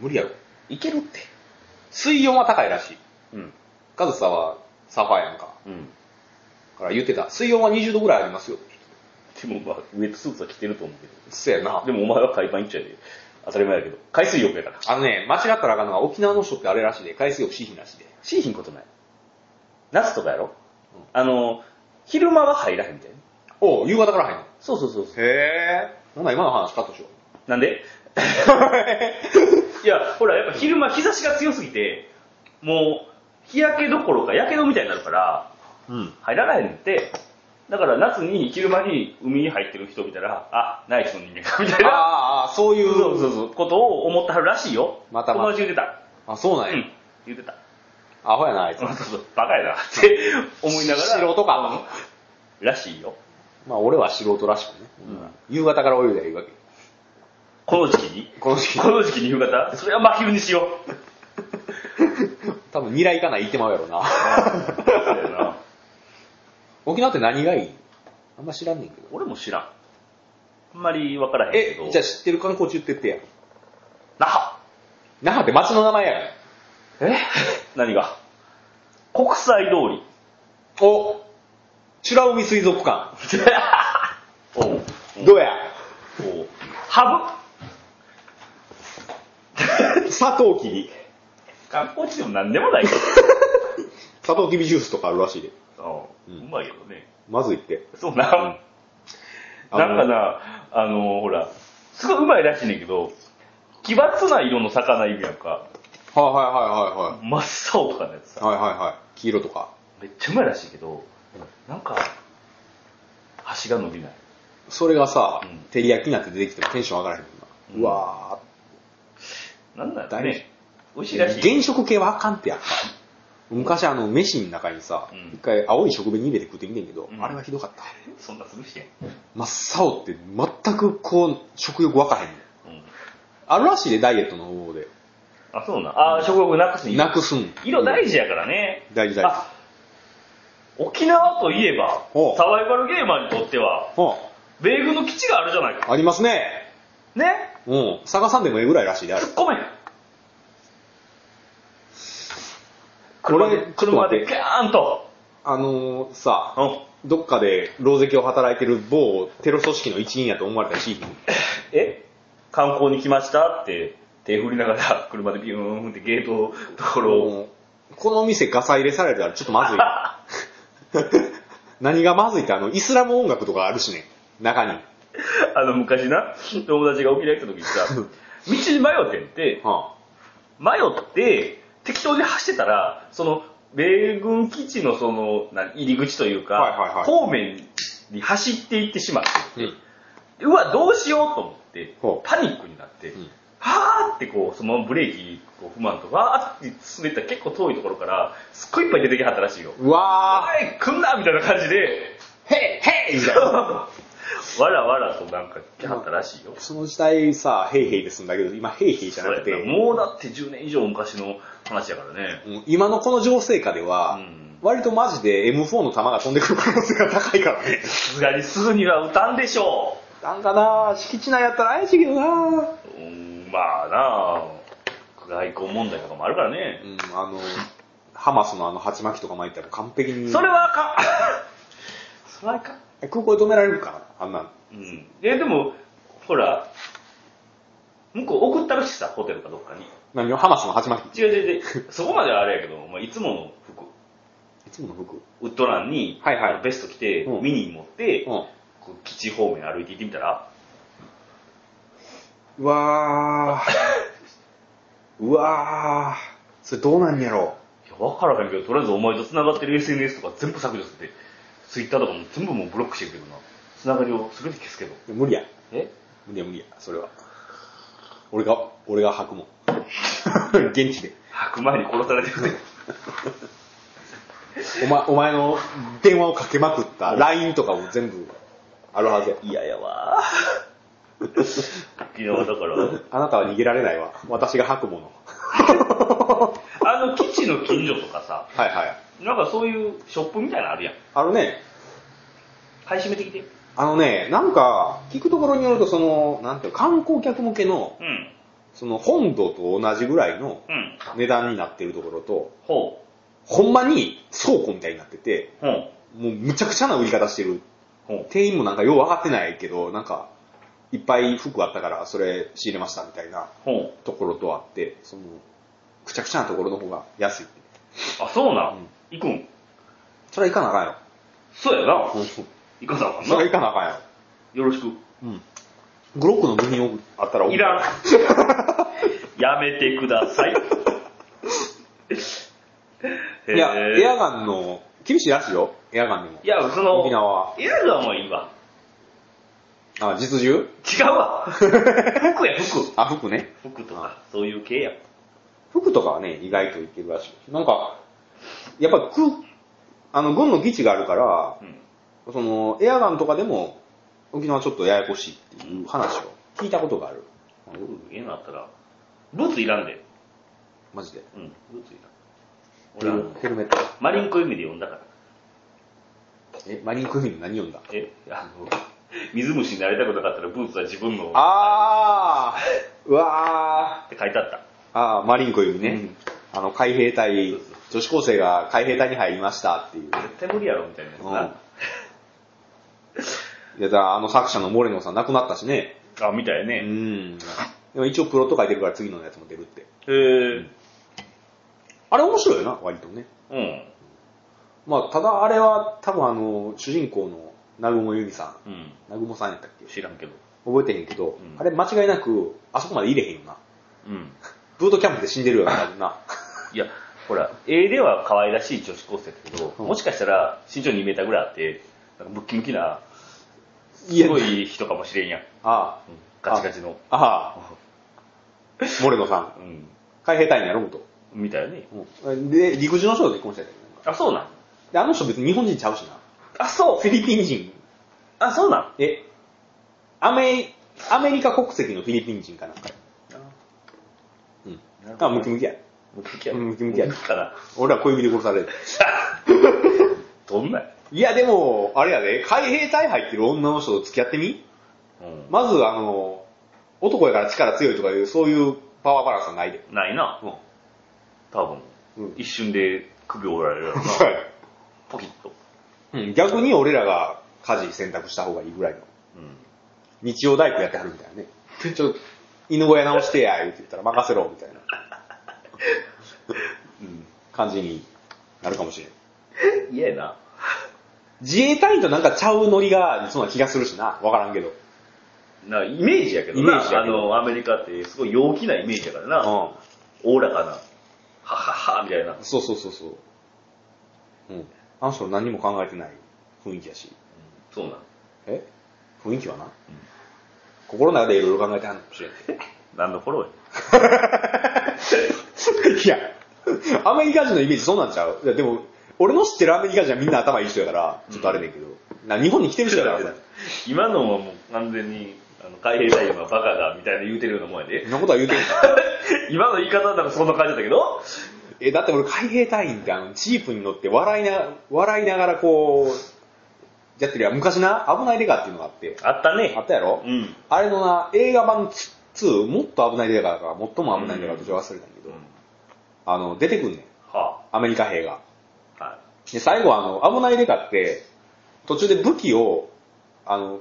[SPEAKER 1] 無理やろ。
[SPEAKER 2] いけるって。
[SPEAKER 1] 水温は高いらしい。
[SPEAKER 2] うん。
[SPEAKER 1] カズサはサーファーやんか。だ
[SPEAKER 2] うん。
[SPEAKER 1] から言ってた。水温は20度ぐらいありますよ。
[SPEAKER 2] でもまあ、ウェットスーツは着てると思うけど。
[SPEAKER 1] そやな
[SPEAKER 2] で。もお前は海パンいっちゃうで。当たり前やけど。海水浴やから。
[SPEAKER 1] あのね、間違ったらあかんのが沖縄の人ってあれらしいで、海水浴しひんらしいで。
[SPEAKER 2] しーひんことない。夏とかやろ、あの、昼間は入らへんみたいな。
[SPEAKER 1] おう、夕方から入んの。
[SPEAKER 2] そうそうそうそ
[SPEAKER 1] へえ。ほな、今の話カットしよう。
[SPEAKER 2] う。なん [laughs] でいや、ほら、やっぱ昼間日差しが強すぎて、もう、日焼けどころか、やけどみたいになるから、
[SPEAKER 1] うん。
[SPEAKER 2] 入らないんって。だから夏に昼間に海に入ってる人見たら、あ、ナイスの人間か、みたい
[SPEAKER 1] [laughs]
[SPEAKER 2] な。
[SPEAKER 1] ああ、そうい。
[SPEAKER 2] そううそうそうことを思ってはるらしいよ。
[SPEAKER 1] またま
[SPEAKER 2] 友達言ってた。
[SPEAKER 1] あ、そうなん
[SPEAKER 2] う
[SPEAKER 1] や。
[SPEAKER 2] ん。言ってた。
[SPEAKER 1] アホやな、あいつ。
[SPEAKER 2] そうそうそう、バカやなって思いながら。
[SPEAKER 1] 素人か
[SPEAKER 2] うん。らしいよ。
[SPEAKER 1] まあ、俺は素人らしくね。
[SPEAKER 2] うん
[SPEAKER 1] 夕方から泳いでいいわけ。
[SPEAKER 2] この時期に
[SPEAKER 1] この
[SPEAKER 2] [laughs]
[SPEAKER 1] 時期
[SPEAKER 2] こ、の時期に夕方それは真昼にしよ
[SPEAKER 1] [laughs]
[SPEAKER 2] う。
[SPEAKER 1] 多分未来行かない行ってまうやろな。
[SPEAKER 2] そうやな
[SPEAKER 1] 沖縄って何がいいあんま知らんねんけど。
[SPEAKER 2] 俺も知らん。あんまり分からへんけ
[SPEAKER 1] え
[SPEAKER 2] ど。、
[SPEAKER 1] じゃあ知ってる観光地言ってってや。
[SPEAKER 2] 那覇
[SPEAKER 1] 那覇って町の名前やね
[SPEAKER 2] え何が国際通
[SPEAKER 1] [laughs]
[SPEAKER 2] り。
[SPEAKER 1] お美ら海水族館。
[SPEAKER 2] おう
[SPEAKER 1] どうや
[SPEAKER 2] おうハ
[SPEAKER 1] 砂糖キビ。
[SPEAKER 2] ブ観光地でも何でもないけ
[SPEAKER 1] 砂糖キビジュースとかあるらしいで。
[SPEAKER 2] ど。う
[SPEAKER 1] うん
[SPEAKER 2] んうまいけどね。
[SPEAKER 1] まずいって。
[SPEAKER 2] そうな。
[SPEAKER 1] あ
[SPEAKER 2] なん
[SPEAKER 1] の
[SPEAKER 2] かな、あのほら、すごいうまいらしいねんけど、奇抜な色の魚いるやんか。
[SPEAKER 1] はいはいはいは
[SPEAKER 2] 真っ青とかのやつ
[SPEAKER 1] い。
[SPEAKER 2] さ。
[SPEAKER 1] はいはいはい。黄色とか。
[SPEAKER 2] めっちゃうまいらしいけど、なんか、端が伸びない。
[SPEAKER 1] それがさ
[SPEAKER 2] うん、
[SPEAKER 1] 照り焼きになって出てきてもテンション上がらへんもんな。うわ
[SPEAKER 2] なんなん
[SPEAKER 1] 大事
[SPEAKER 2] ね。美味しいらし
[SPEAKER 1] ー
[SPEAKER 2] い。
[SPEAKER 1] 原色系はあかんってやっぱ。昔あの、飯の中にさ
[SPEAKER 2] うん、
[SPEAKER 1] 一回青い食紅入れて食ってみてんけど
[SPEAKER 2] う、ん
[SPEAKER 1] あれはひどかった。
[SPEAKER 2] そんな潰してん。
[SPEAKER 1] 真っ青って全くこう、食欲わかへん。
[SPEAKER 2] うん。
[SPEAKER 1] あるらしいで、ダイエットの方法で。
[SPEAKER 2] あ、そうなん。あー、食欲なくす
[SPEAKER 1] なく
[SPEAKER 2] す。
[SPEAKER 1] すん。
[SPEAKER 2] 色大
[SPEAKER 1] 事
[SPEAKER 2] 事やからね。
[SPEAKER 1] 大事大事。
[SPEAKER 2] あ、沖縄といえば
[SPEAKER 1] お、う
[SPEAKER 2] サバイバルゲーマーにとっては、
[SPEAKER 1] うん。
[SPEAKER 2] 米軍の基地があるじゃないか。
[SPEAKER 1] ありますね。
[SPEAKER 2] ね
[SPEAKER 1] うん。探さんでもええぐらいらしいである
[SPEAKER 2] 突っ。込め。
[SPEAKER 1] こ
[SPEAKER 2] 車
[SPEAKER 1] れ
[SPEAKER 2] で、車
[SPEAKER 1] ちょっと待
[SPEAKER 2] で
[SPEAKER 1] って
[SPEAKER 2] ガーンと。
[SPEAKER 1] あのー、さ、
[SPEAKER 2] うん。
[SPEAKER 1] どっかで狼藉を働いてる某テロ組織の一員やと思われたりしひん
[SPEAKER 2] え観光に来ましたって手振りながら車でビューンってゲートのところを、
[SPEAKER 1] もうこの店ガサ入れされたらちょっとまずい。何がまずいってあの、イスラム音楽とかあるしね、中に。
[SPEAKER 2] あの昔な、友達が沖縄行った時にさ、道に迷ってんって、
[SPEAKER 1] は
[SPEAKER 2] 迷って適当に走ってたら、その米軍基地のその何入り口というか、
[SPEAKER 1] はいはいはい
[SPEAKER 2] 方面に走っていってしまって、
[SPEAKER 1] あうん。
[SPEAKER 2] うわ、どうしようと思って
[SPEAKER 1] ほ、う
[SPEAKER 2] パニックになって、
[SPEAKER 1] ん
[SPEAKER 2] はーってこう、そのままブレーキを踏まんと、わーって進んでいったら結構遠いところから、すっごいいっぱい出てきはったらしいよ。
[SPEAKER 1] うわ
[SPEAKER 2] はい、来んなみたいな感じで、
[SPEAKER 1] ー、へいへいみたいな。
[SPEAKER 2] [laughs] わらわらとなんか来はったらしいよ。
[SPEAKER 1] その時代さ、へいへいですんだけど、今へいへいじゃなくて、
[SPEAKER 2] そうやなもうだって10年以上昔の話やからね。
[SPEAKER 1] うん今のこの情勢下で
[SPEAKER 2] う
[SPEAKER 1] は、
[SPEAKER 2] ん
[SPEAKER 1] 割とマジで M4 の弾が飛んでくる可能性が高いからね。
[SPEAKER 2] さすがにすぐには打たんでしょ
[SPEAKER 1] なんかな敷地内やったら怪しいけどな
[SPEAKER 2] う。うん、まあなあ、外交問題とかもあるからね
[SPEAKER 1] う。ん、あの、ハマスのあの鉢巻きとか巻いたら完璧に。
[SPEAKER 2] それはあかん。 [coughs] それはあかん。
[SPEAKER 1] え空港で止められるかなあんなの
[SPEAKER 2] うん。え、でも、ほら、向こう送ったらしいさ、ホテルかどっかに。
[SPEAKER 1] 何をハマスの鉢巻き。
[SPEAKER 2] 違う違う違 [laughs] う、そこまではあれやけど、まあ、いつもの服、
[SPEAKER 1] いつもの服
[SPEAKER 2] ウッドランに、
[SPEAKER 1] はいはい
[SPEAKER 2] ベスト着て、
[SPEAKER 1] うん
[SPEAKER 2] ミニ持って、
[SPEAKER 1] うん。
[SPEAKER 2] こう基地方面歩いて行ってみたら、
[SPEAKER 1] うわ [laughs] ー。うわー。それどうなんやろ
[SPEAKER 2] いや、分からへんけど、とりあえずお前と繋がってる SNS とか全部削除してて、Twitter とかも全部もうブロックしてるけどな。繋がりをすべて消すけど。
[SPEAKER 1] う。無理や。
[SPEAKER 2] え
[SPEAKER 1] 無理や無理や。それは。俺が、俺が吐くも [laughs] ん。現地で。
[SPEAKER 2] 吐く前に殺されてるね。
[SPEAKER 1] お前、お前の電話をかけまくった LINE とかも全部あるはずや。
[SPEAKER 2] 嫌やわ昨日だから、
[SPEAKER 1] あなたは逃げられないわ。私が吐くもの。
[SPEAKER 2] あの基地の近所とかさ、
[SPEAKER 1] はいはい。
[SPEAKER 2] なんかそういうショップみたいなのあるやん。
[SPEAKER 1] あのね、
[SPEAKER 2] 買い占めてきて。
[SPEAKER 1] あのね、なんか、聞くところによると、その、なんていうの観光客向けの、
[SPEAKER 2] うん。
[SPEAKER 1] その本土と同じぐらいの
[SPEAKER 2] うん。
[SPEAKER 1] 値段になってるところと、
[SPEAKER 2] ほ
[SPEAKER 1] ほんまに倉庫みたいになってて、
[SPEAKER 2] う。ほう。
[SPEAKER 1] もうむちゃくちゃな売り方してる。
[SPEAKER 2] ほう。
[SPEAKER 1] 店員もなんかよう分かってないけど、なんか、いっぱい服あったからそれ仕入れましたみたいな
[SPEAKER 2] ほう。
[SPEAKER 1] ところとあって、その、くちゃくちゃなところの方が安い。
[SPEAKER 2] あ、そうな。
[SPEAKER 1] うん
[SPEAKER 2] 行くん。
[SPEAKER 1] それは行かなあかんや
[SPEAKER 2] そうやな。
[SPEAKER 1] ろ。
[SPEAKER 2] 行かなあかん
[SPEAKER 1] それは
[SPEAKER 2] な。
[SPEAKER 1] 行かなあかんやろ。
[SPEAKER 2] よろしく。
[SPEAKER 1] うん。グロックの部品をあったら [laughs]
[SPEAKER 2] いらん。やめてください。
[SPEAKER 1] いや、
[SPEAKER 2] へー
[SPEAKER 1] エアガンの、厳しいらしいよ、エアガンでも
[SPEAKER 2] い。や、その、
[SPEAKER 1] 沖縄は。
[SPEAKER 2] エアルはもういいわ。
[SPEAKER 1] あ、実銃
[SPEAKER 2] 違う
[SPEAKER 1] [laughs]
[SPEAKER 2] わ。服や、服。
[SPEAKER 1] あ、服ね。
[SPEAKER 2] 服とか、そういう系や。
[SPEAKER 1] 服とかはね、意外といけるらしい。なんか、やっぱ空、あの、軍の基地があるから、
[SPEAKER 2] うん。
[SPEAKER 1] その、エアガンとかでも、沖縄ちょっとややこしいっていう話を聞いたことがある。
[SPEAKER 2] うんええのあったら、ブーツいらんで。
[SPEAKER 1] マジで。
[SPEAKER 2] うん、ブーツい
[SPEAKER 1] ヘ
[SPEAKER 2] らん。俺あ
[SPEAKER 1] ル
[SPEAKER 2] の、
[SPEAKER 1] ヘルメット。
[SPEAKER 2] マリンコ夢で呼んだから。
[SPEAKER 1] え、マリンクミの何読んだ
[SPEAKER 2] え、あの、水虫になりたくなかったらブーツは自分の。
[SPEAKER 1] あー、うわー。
[SPEAKER 2] って書いてあった。
[SPEAKER 1] ああ、マリンコいうね、
[SPEAKER 2] うん
[SPEAKER 1] あの、海兵隊、女子高生が海兵隊に入りましたっていう。
[SPEAKER 2] 絶対無理やろ、みたいなやつ
[SPEAKER 1] [laughs]
[SPEAKER 2] な。
[SPEAKER 1] いや、だからあの作者のモレノさん亡くなったしね。
[SPEAKER 2] あ、みたいうね。
[SPEAKER 1] ん。でも一応プロット書いてるから次のやつも出るって。
[SPEAKER 2] へえ。
[SPEAKER 1] あれ面白いよな、割とね。
[SPEAKER 2] うん。
[SPEAKER 1] まあ、ただあれは多分あの、主人公の南雲由美さ
[SPEAKER 2] うん。
[SPEAKER 1] ん、南雲さんやったっけ
[SPEAKER 2] 知らんけど。
[SPEAKER 1] 覚えてへんけど、
[SPEAKER 2] うん
[SPEAKER 1] あれ間違いなく、あそこまで入れへんよな。
[SPEAKER 2] うん。
[SPEAKER 1] ブートキャンプで死んでるよな、多分な。
[SPEAKER 2] いや、ほら、絵では可愛らしい女子高生だけど、
[SPEAKER 1] うん
[SPEAKER 2] もしかしたら身長2メーターぐらいあって、なんかムッキムキな、
[SPEAKER 1] いや
[SPEAKER 2] [laughs] すごいいい人かもしれんやん。
[SPEAKER 1] あ
[SPEAKER 2] うんガチガチの。
[SPEAKER 1] あ、ああ、モレノさん、
[SPEAKER 2] うん。
[SPEAKER 1] 海兵隊員やろうと。
[SPEAKER 2] みたいね。
[SPEAKER 1] うんで、陸上の人と結婚したりなんか
[SPEAKER 2] あ、そうなん。
[SPEAKER 1] で、あの人別に日本人ちゃうしな。
[SPEAKER 2] あ、そう。
[SPEAKER 1] フィリピン人。
[SPEAKER 2] あ、そうなん。
[SPEAKER 1] え、アメ、アメリカ国籍のフィリピン人かなんか。うん。
[SPEAKER 2] なるほど
[SPEAKER 1] あ、ムキムキや。
[SPEAKER 2] ムキムキや。
[SPEAKER 1] うんムキムキや
[SPEAKER 2] かな。
[SPEAKER 1] 俺は小指で殺される。
[SPEAKER 2] どんなんや
[SPEAKER 1] いや、でも、あれやで、海兵隊入ってる女の人と付き合ってみ
[SPEAKER 2] うん。
[SPEAKER 1] まず、あの、男やから力強いとかいう、そういうパワーバランスはないで。
[SPEAKER 2] ないな。
[SPEAKER 1] うん。
[SPEAKER 2] 多分。
[SPEAKER 1] うん
[SPEAKER 2] 一瞬で首折られる [laughs] やろな。ポキッと。
[SPEAKER 1] うん、逆に俺らが家事選択した方がいいぐらいの。
[SPEAKER 2] うん。
[SPEAKER 1] 日曜大工やってはるみたいなね。 [laughs] ちょ、犬小屋直してや、言って言ったら任せろ、みたいな感じになるかもしれん。
[SPEAKER 2] うん。嫌やな。
[SPEAKER 1] 自衛隊員となんかちゃうノリが、そうな気がするしな。わからんけど。
[SPEAKER 2] なイメージやけど
[SPEAKER 1] イ
[SPEAKER 2] な
[SPEAKER 1] メージや
[SPEAKER 2] あ
[SPEAKER 1] けど
[SPEAKER 2] のアメリカってすごい陽気なイメージやからな
[SPEAKER 1] う。
[SPEAKER 2] おおらかなはははみたいなん
[SPEAKER 1] そうそうそうそう。うん。あの人何も考えてない雰囲気やし。
[SPEAKER 2] そうなん
[SPEAKER 1] え雰囲気はな、心の中でいろいろ考えてはるのかも [laughs] しれん
[SPEAKER 2] 何の頃や
[SPEAKER 1] いや、アメリカ人のイメージそうなんちゃういや、でも、俺の知ってるアメリカ人はみんな頭いい人やから、ちょっとあれねんけど。な日本に来てる人やから、そ
[SPEAKER 2] 今のはもう完全にあの海兵隊員はバカだみたいな言うてるようなもんやで
[SPEAKER 1] んなことは言うて [laughs] んの
[SPEAKER 2] [laughs] 今の言い方なんかそんな感じだったけど
[SPEAKER 1] え、だって俺海兵隊員ってあの、チープに乗って笑いな、笑いながらこう、やってるやん昔な、危ないデカっていうのがあって、
[SPEAKER 2] あったね
[SPEAKER 1] あったやろ、
[SPEAKER 2] うん
[SPEAKER 1] あれのな、映画版ツ2、もっと危ないデカだから、最も危ないデカとして忘れたんやけ
[SPEAKER 2] う
[SPEAKER 1] ど、
[SPEAKER 2] ん
[SPEAKER 1] あの、出てくんねん。
[SPEAKER 2] は
[SPEAKER 1] アメリカ兵が。
[SPEAKER 2] あは
[SPEAKER 1] で、最後あの、危ないデカって、途中で武器を、あの、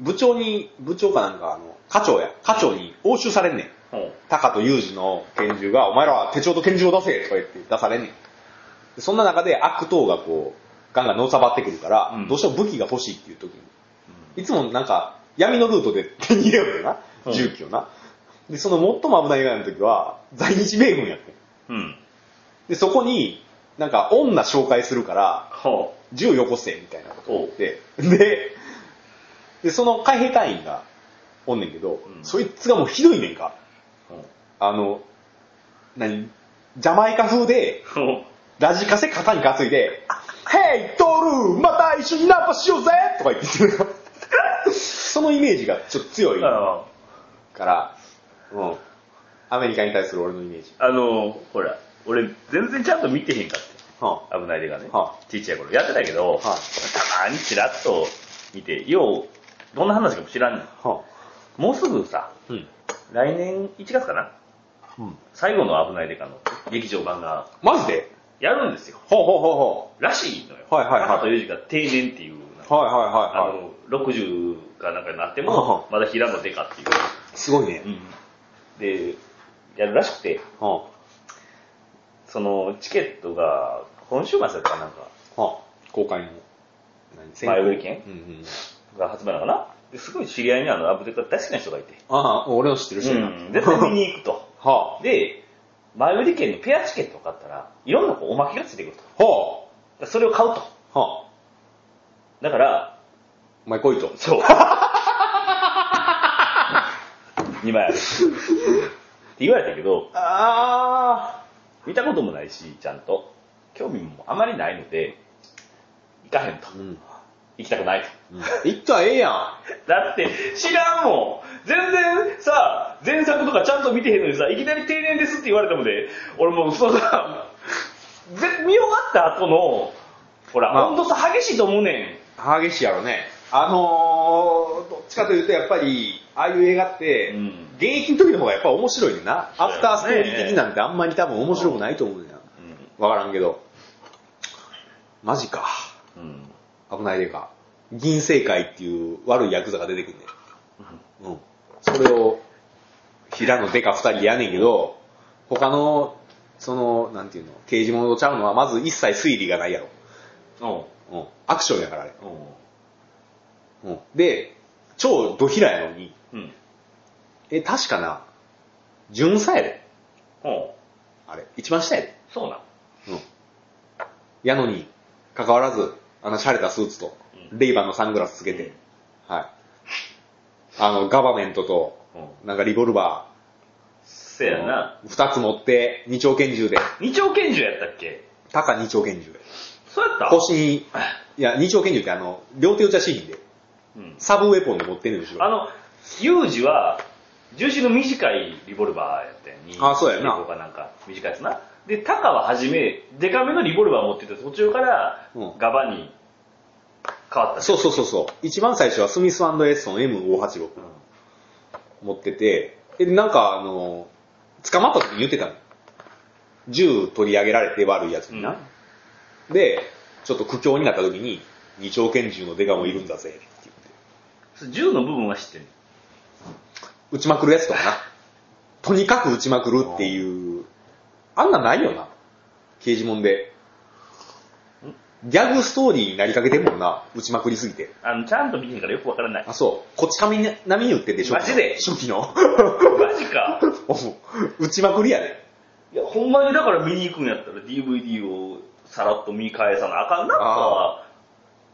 [SPEAKER 1] 部長に、部長かなんか、あの、課長や、課長に押収されんねん。
[SPEAKER 2] いほう
[SPEAKER 1] タカとユージの拳銃が、お前らは手帳と拳銃を出せとか言って出されんねん。でそんな中で悪党がこう、ガンガンのさばってくるから、
[SPEAKER 2] うん
[SPEAKER 1] どうしても武器が欲しいっていう時に、いつもなんか、闇のルートで手に入れようよな、
[SPEAKER 2] うん
[SPEAKER 1] 銃器をな。で、その最も危ない映画の時は、在日米軍やってん
[SPEAKER 2] うんうん
[SPEAKER 1] で、そこに、なんか女紹介するから、
[SPEAKER 2] ほ
[SPEAKER 1] 銃よこせみたいなことを言って、で、で、その海兵隊員がおんねんけど、
[SPEAKER 2] うん
[SPEAKER 1] そいつがもうひどいねんか。
[SPEAKER 2] うほう
[SPEAKER 1] あの、何ジャマイカ風で、
[SPEAKER 2] ほう
[SPEAKER 1] ラジカセ肩に担いで、ヘイドルーまた一緒にナンパしようぜとか言ってる [laughs] そのイメージがちょっと強いか
[SPEAKER 2] あ
[SPEAKER 1] ら、うん。アメリカに対する俺のイメージ。
[SPEAKER 2] ああのほら俺全然ちゃんと見てへんかって
[SPEAKER 1] は
[SPEAKER 2] 危ないでがね、
[SPEAKER 1] は
[SPEAKER 2] ちっちゃい頃やってたけど、
[SPEAKER 1] は
[SPEAKER 2] たまにちらっと見て、よう、どんな話かも知らんねん。
[SPEAKER 1] あ、は
[SPEAKER 2] もうすぐさ、
[SPEAKER 1] あ、うん。
[SPEAKER 2] 来年1月かな
[SPEAKER 1] うん。
[SPEAKER 2] 最後の危ないデカの劇場版が
[SPEAKER 1] マジで
[SPEAKER 2] やるんですよ。
[SPEAKER 1] ほうほうほうほ
[SPEAKER 2] らしいのよ。
[SPEAKER 1] はいはいはい
[SPEAKER 2] 母とユージが定年っていう、
[SPEAKER 1] う。はいはい
[SPEAKER 2] あ
[SPEAKER 1] はいはい。
[SPEAKER 2] の、60かなんかになって
[SPEAKER 1] はは
[SPEAKER 2] も、まだ平野デカっていう。
[SPEAKER 1] すごいね。
[SPEAKER 2] で、やるらしくて、
[SPEAKER 1] は
[SPEAKER 2] その、チケットが、今週末だったかなんか、
[SPEAKER 1] あ、はあ、公開の。何
[SPEAKER 2] 前売り券
[SPEAKER 1] うんうん。
[SPEAKER 2] が発売なのかなですごい知り合いにあの、危ないデカ大好きな人がいて、
[SPEAKER 1] ああ、俺の知ってる人やな
[SPEAKER 2] うん、絶対見に行くと。
[SPEAKER 1] [laughs] はあ、
[SPEAKER 2] で、前売り券のペアチケットを買ったら、いろんなこうおまけがついてくると。だか
[SPEAKER 1] は
[SPEAKER 2] らそれを買うと。
[SPEAKER 1] あ、はあ、
[SPEAKER 2] だから、
[SPEAKER 1] お前来いと。 [laughs]
[SPEAKER 2] そう。2枚ある。って言われたけど、
[SPEAKER 1] あ
[SPEAKER 2] 見たこともないし、ちゃんと。興味もあまりないので、行かへんと
[SPEAKER 1] あ。うん。
[SPEAKER 2] 行きたくないと。
[SPEAKER 1] 行ったらええやん。
[SPEAKER 2] だって、知らんもん。全然さ、前作とかちゃんと見てへんのにさ、いきなり定年ですって言われたもんで、俺もうそのさ、ぜ見終わった後の、ほら、
[SPEAKER 1] まあ
[SPEAKER 2] 温度差激しいと思うね
[SPEAKER 1] 激しいやろね。あのー、どっちかというとやっぱり、ああいう映画って、
[SPEAKER 2] うん
[SPEAKER 1] 現役の時の方がやっぱ面白いねんな。
[SPEAKER 2] そう
[SPEAKER 1] ア
[SPEAKER 2] やね
[SPEAKER 1] フターストーリー的なんてあんまり多分面白くないと思うねんな。
[SPEAKER 2] ん。
[SPEAKER 1] わからんけど。マジか。
[SPEAKER 2] うん。うん。
[SPEAKER 1] 危ないでか。銀星会っていう悪いヤクザが出てくんねん。うん。それを、平野デカ二人やねんけど、他の、その、なんていうの、刑事物とちゃうのは、まず一切推理がないやろ。
[SPEAKER 2] おう
[SPEAKER 1] うん。アクションやからあれ。
[SPEAKER 2] お
[SPEAKER 1] うん。で、超ドヒラやのに、
[SPEAKER 2] ううん。
[SPEAKER 1] え、確かな、巡査やで。
[SPEAKER 2] おう
[SPEAKER 1] あれ、一番下やで。
[SPEAKER 2] そうなん。
[SPEAKER 1] うん。やのに、関わらず、あの、洒落たスーツと、
[SPEAKER 2] うん
[SPEAKER 1] レイバンのサングラスつけて、はい。あの、ガバメントと、
[SPEAKER 2] うん。
[SPEAKER 1] なんかリボルバ
[SPEAKER 2] せ
[SPEAKER 1] ー。
[SPEAKER 2] やな。
[SPEAKER 1] 二つ持って、二丁拳銃で。
[SPEAKER 2] 二丁拳銃やったっけ
[SPEAKER 1] 高二丁拳銃で。
[SPEAKER 2] そうやった
[SPEAKER 1] 腰に、いや、二丁拳銃ってあの、両手打ちはしいんで、
[SPEAKER 2] うん。
[SPEAKER 1] サブウェポンで持ってるんですよ。
[SPEAKER 2] あの、ユージは、重心の短いリボルバーやったやんに。
[SPEAKER 1] あそうやな
[SPEAKER 2] リボルバーなんか短いやつな。で、タカは初め、デカめのリボルバー持ってて、途中から
[SPEAKER 1] うん、
[SPEAKER 2] ガバに変わった。
[SPEAKER 1] そうそうそうそう。一番最初はスミスエッソン M586
[SPEAKER 2] うん。
[SPEAKER 1] 持ってて、で、なんかあの、捕まった時に言ってたの。銃取り上げられて悪いやつにな。で、ちょっと苦境になった時に、二丁拳銃のデカもいるんだぜって言って。
[SPEAKER 2] そう銃の部分は知ってる。
[SPEAKER 1] 撃ちまくるやつとかな。とにかく撃ちまくるっていう、あんなんないよな。刑事もんで。ギャグストーリーになりかけてんもんな。撃ちまくりすぎて。
[SPEAKER 2] あの、ちゃんと見てへんからよくわからない。 [laughs]
[SPEAKER 1] あ、そう。こっち髪並みに撃ってんでしょ。
[SPEAKER 2] マジで
[SPEAKER 1] 初期の。 [laughs]
[SPEAKER 2] マジか。
[SPEAKER 1] 撃ちまくりやね。
[SPEAKER 2] いや、ほんまにだから見に行くんやったら DVD をさらっと見返さなあかんなと
[SPEAKER 1] あ
[SPEAKER 2] は。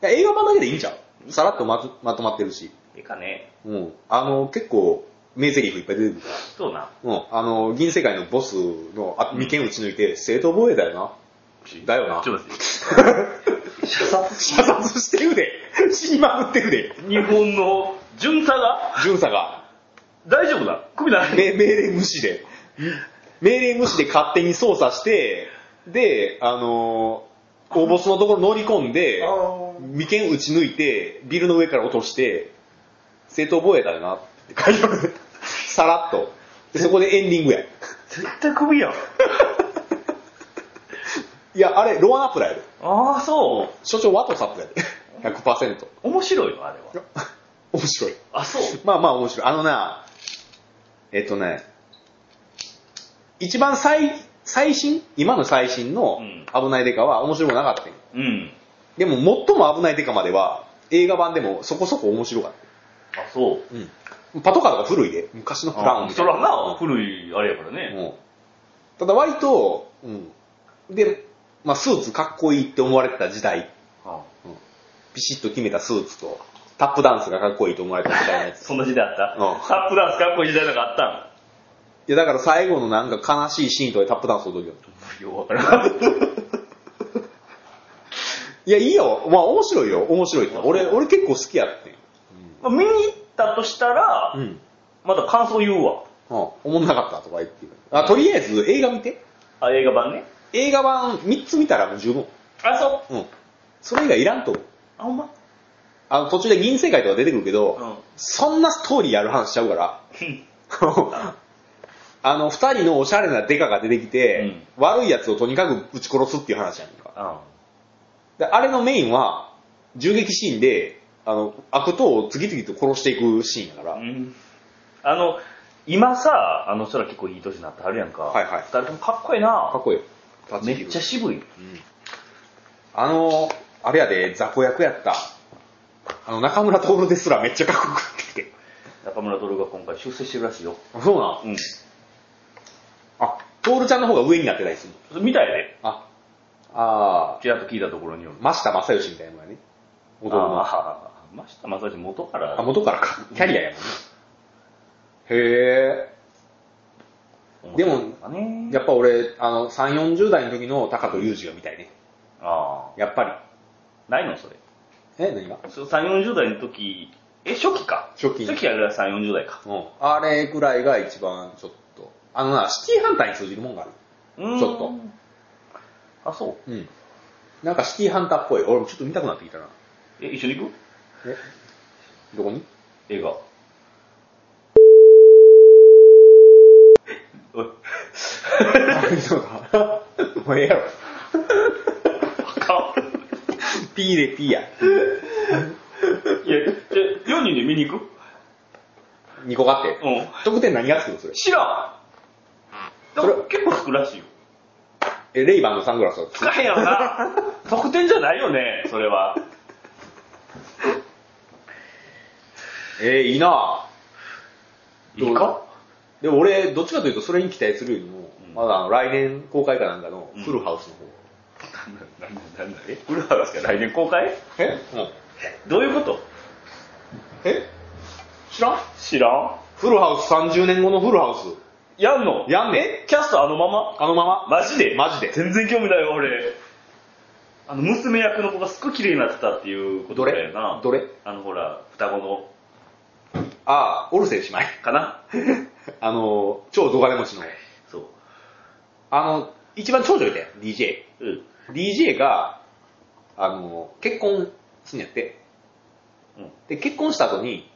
[SPEAKER 1] いや映画版だけでいいんじゃん。さらっとまとまとまってるし。
[SPEAKER 2] ええかね。
[SPEAKER 1] うん。あの、結構、名台詞いっぱい出てくるから。
[SPEAKER 2] そうな。
[SPEAKER 1] うん。あの、銀世界のボスのあ眉間撃ち抜いて、正当防衛だよな。だよな
[SPEAKER 2] ちょっと待って。射殺
[SPEAKER 1] 射殺してるで。死にまくってるで。
[SPEAKER 2] 日本の巡査が
[SPEAKER 1] 巡査が。
[SPEAKER 2] 大丈夫だ。首ならへん。
[SPEAKER 1] め命令無視で。命令無視で勝手に操作して、で、あのー、大ボスのところ乗り込んで
[SPEAKER 2] あ、ー
[SPEAKER 1] 眉間打ち抜いて、ビルの上から落として、正当防衛だよなって書いてある。 [laughs] さらっと。でそこでエンディングや。
[SPEAKER 2] 絶対首やん。
[SPEAKER 1] いや、あれ、ロアナプラやで。
[SPEAKER 2] [laughs] ああ、そ
[SPEAKER 1] 所長ワトサップやで。100%。
[SPEAKER 2] う。面白いわ、あれは。
[SPEAKER 1] 面白い。
[SPEAKER 2] あ、そう。
[SPEAKER 1] まあまあ面白い。あのな、えっとね、一番最、最新今の最新の
[SPEAKER 2] うん
[SPEAKER 1] 危ないデカは面白くなかったんよ
[SPEAKER 2] うん。
[SPEAKER 1] でも最も危ないデカまでは映画版でもそこそこ面白かっ
[SPEAKER 2] あ、そう。
[SPEAKER 1] た。パトカーとか古いで、昔のクラウン
[SPEAKER 2] あ
[SPEAKER 1] みた
[SPEAKER 2] そ
[SPEAKER 1] い
[SPEAKER 2] らな、
[SPEAKER 1] な。
[SPEAKER 2] 古いあれやからね。
[SPEAKER 1] うんただ割と、うんで、まあスーツかっこいいって思われてた時代、
[SPEAKER 2] あ
[SPEAKER 1] ピシッと決めたスーツと、タップダンスがかっこいいと思われてた時代のや
[SPEAKER 2] [laughs]
[SPEAKER 1] つ。
[SPEAKER 2] そんな時代あった
[SPEAKER 1] うん
[SPEAKER 2] タップダンスかっこいい時代なんかあった
[SPEAKER 1] いやだから最後のなんか悲しいシーンとかでタップダンス踊るよ。
[SPEAKER 2] んようわからん。 [laughs]
[SPEAKER 1] いや、いいよ。まあ、面白いよ。面白いって。俺、俺結構好きやってん。
[SPEAKER 2] まあ見に行ったとしたら、
[SPEAKER 1] ん。
[SPEAKER 2] また感想言うわ。
[SPEAKER 1] うん。思んなかったとか言って。あ、とりあえず映画見て。
[SPEAKER 2] あ、映画版ね。
[SPEAKER 1] 映画版3つ見たらもう十分。
[SPEAKER 2] あ、そう。
[SPEAKER 1] うん。それ以外いらんと思う。
[SPEAKER 2] あ、ほんま。
[SPEAKER 1] あの、途中で銀世界とか出てくるけど、
[SPEAKER 2] うん
[SPEAKER 1] そんなストーリーやる話しちゃうから。あの、二人のおしゃれなデカが出てきて、悪い奴をとにかく撃ち殺すっていう話やんか。
[SPEAKER 2] あ
[SPEAKER 1] で、あれのメインは、銃撃シーンで、あの、悪党を次々と殺していくシーンやから。
[SPEAKER 2] うん。あの、今さ、あの人ら結構いい年になってはるやんか。
[SPEAKER 1] はいはい
[SPEAKER 2] 二人ともかっこいい
[SPEAKER 1] かっ
[SPEAKER 2] な。
[SPEAKER 1] こいいよ。
[SPEAKER 2] めっちゃ渋い。
[SPEAKER 1] うんあの、あれやで、雑魚役やった。あの、中村徹ですらめっちゃかっこよくなってきて。
[SPEAKER 2] 中村徹が今回出世してるらしいよ。
[SPEAKER 1] あ、そうな
[SPEAKER 2] うん。
[SPEAKER 1] あ、徹ちゃんの方が上になってたりするの
[SPEAKER 2] みたいで。
[SPEAKER 1] あ、あ
[SPEAKER 2] ちらっと聞いたところによる
[SPEAKER 1] ー、。増田正義みたいなのがね。元の。あ
[SPEAKER 2] ああ、ました、まさし元から。
[SPEAKER 1] 元からか。キャリアやもんね。へでも
[SPEAKER 2] ね
[SPEAKER 1] え。、やっぱ俺、あの、3、40代の時の高戸裕二が見たいね。
[SPEAKER 2] あ
[SPEAKER 1] やっぱ
[SPEAKER 2] あ、ないのそれ。
[SPEAKER 1] り。え、何が
[SPEAKER 2] そう3、40代の時、え、初期か。
[SPEAKER 1] 初期
[SPEAKER 2] 初期やる3、40代か。
[SPEAKER 1] うん。あれぐらいが一番ちょっと。あのな、シティハンターに通じるもんがある。
[SPEAKER 2] ちょ
[SPEAKER 1] んちょっと。
[SPEAKER 2] あ、そう。
[SPEAKER 1] うん。なんかシティハンターっぽい。俺もちょっと見たくなってきたな。
[SPEAKER 2] え、一緒に行く
[SPEAKER 1] えど [laughs] こに
[SPEAKER 2] 映画。 [laughs] おい。
[SPEAKER 1] そうだ。もうええやろ。
[SPEAKER 2] あか
[SPEAKER 1] ピーでピーや。
[SPEAKER 2] ん。いや、じゃあ4人で見に行く
[SPEAKER 1] 2個買って。
[SPEAKER 2] うん。
[SPEAKER 1] 特典何がつくのそれ。
[SPEAKER 2] 知らん。で
[SPEAKER 1] それ
[SPEAKER 2] も結構つくらしいよ。
[SPEAKER 1] え、レイバンのサングラスは
[SPEAKER 2] つかへんや
[SPEAKER 1] [laughs]
[SPEAKER 2] ろな。得点じゃないよね、それは。
[SPEAKER 1] えー、いいなぁ
[SPEAKER 2] いいか
[SPEAKER 1] でも俺、どっちかというとそれに期待するよりも、
[SPEAKER 2] うん
[SPEAKER 1] まだあの来年公開かなんかの
[SPEAKER 2] うん
[SPEAKER 1] フルハウスの方。
[SPEAKER 2] なんだ、なんだ、え、フルハウスが来年公開
[SPEAKER 1] えうん。
[SPEAKER 2] どういうこと
[SPEAKER 1] え知らん
[SPEAKER 2] 知らん
[SPEAKER 1] フルハウス30年後のフルハウス。
[SPEAKER 2] やんの
[SPEAKER 1] やんねん
[SPEAKER 2] えキャストあのまま
[SPEAKER 1] あのまま。
[SPEAKER 2] マジで
[SPEAKER 1] マジで
[SPEAKER 2] 全然興味ないわ、俺。あの、娘役の子がすっごい綺麗になってたっていうこと
[SPEAKER 1] ど
[SPEAKER 2] だ
[SPEAKER 1] れ
[SPEAKER 2] よな。
[SPEAKER 1] どれ
[SPEAKER 2] あの、ほら、双子の、
[SPEAKER 1] ああ、オルセイ姉妹。 [laughs]
[SPEAKER 2] かな
[SPEAKER 1] あの、超ドガレ持ちの。
[SPEAKER 2] そ
[SPEAKER 1] あの、一番長女いたよ、DJ。
[SPEAKER 2] う。うん。
[SPEAKER 1] DJ が、あの、結婚すんやって。で、結婚した後に、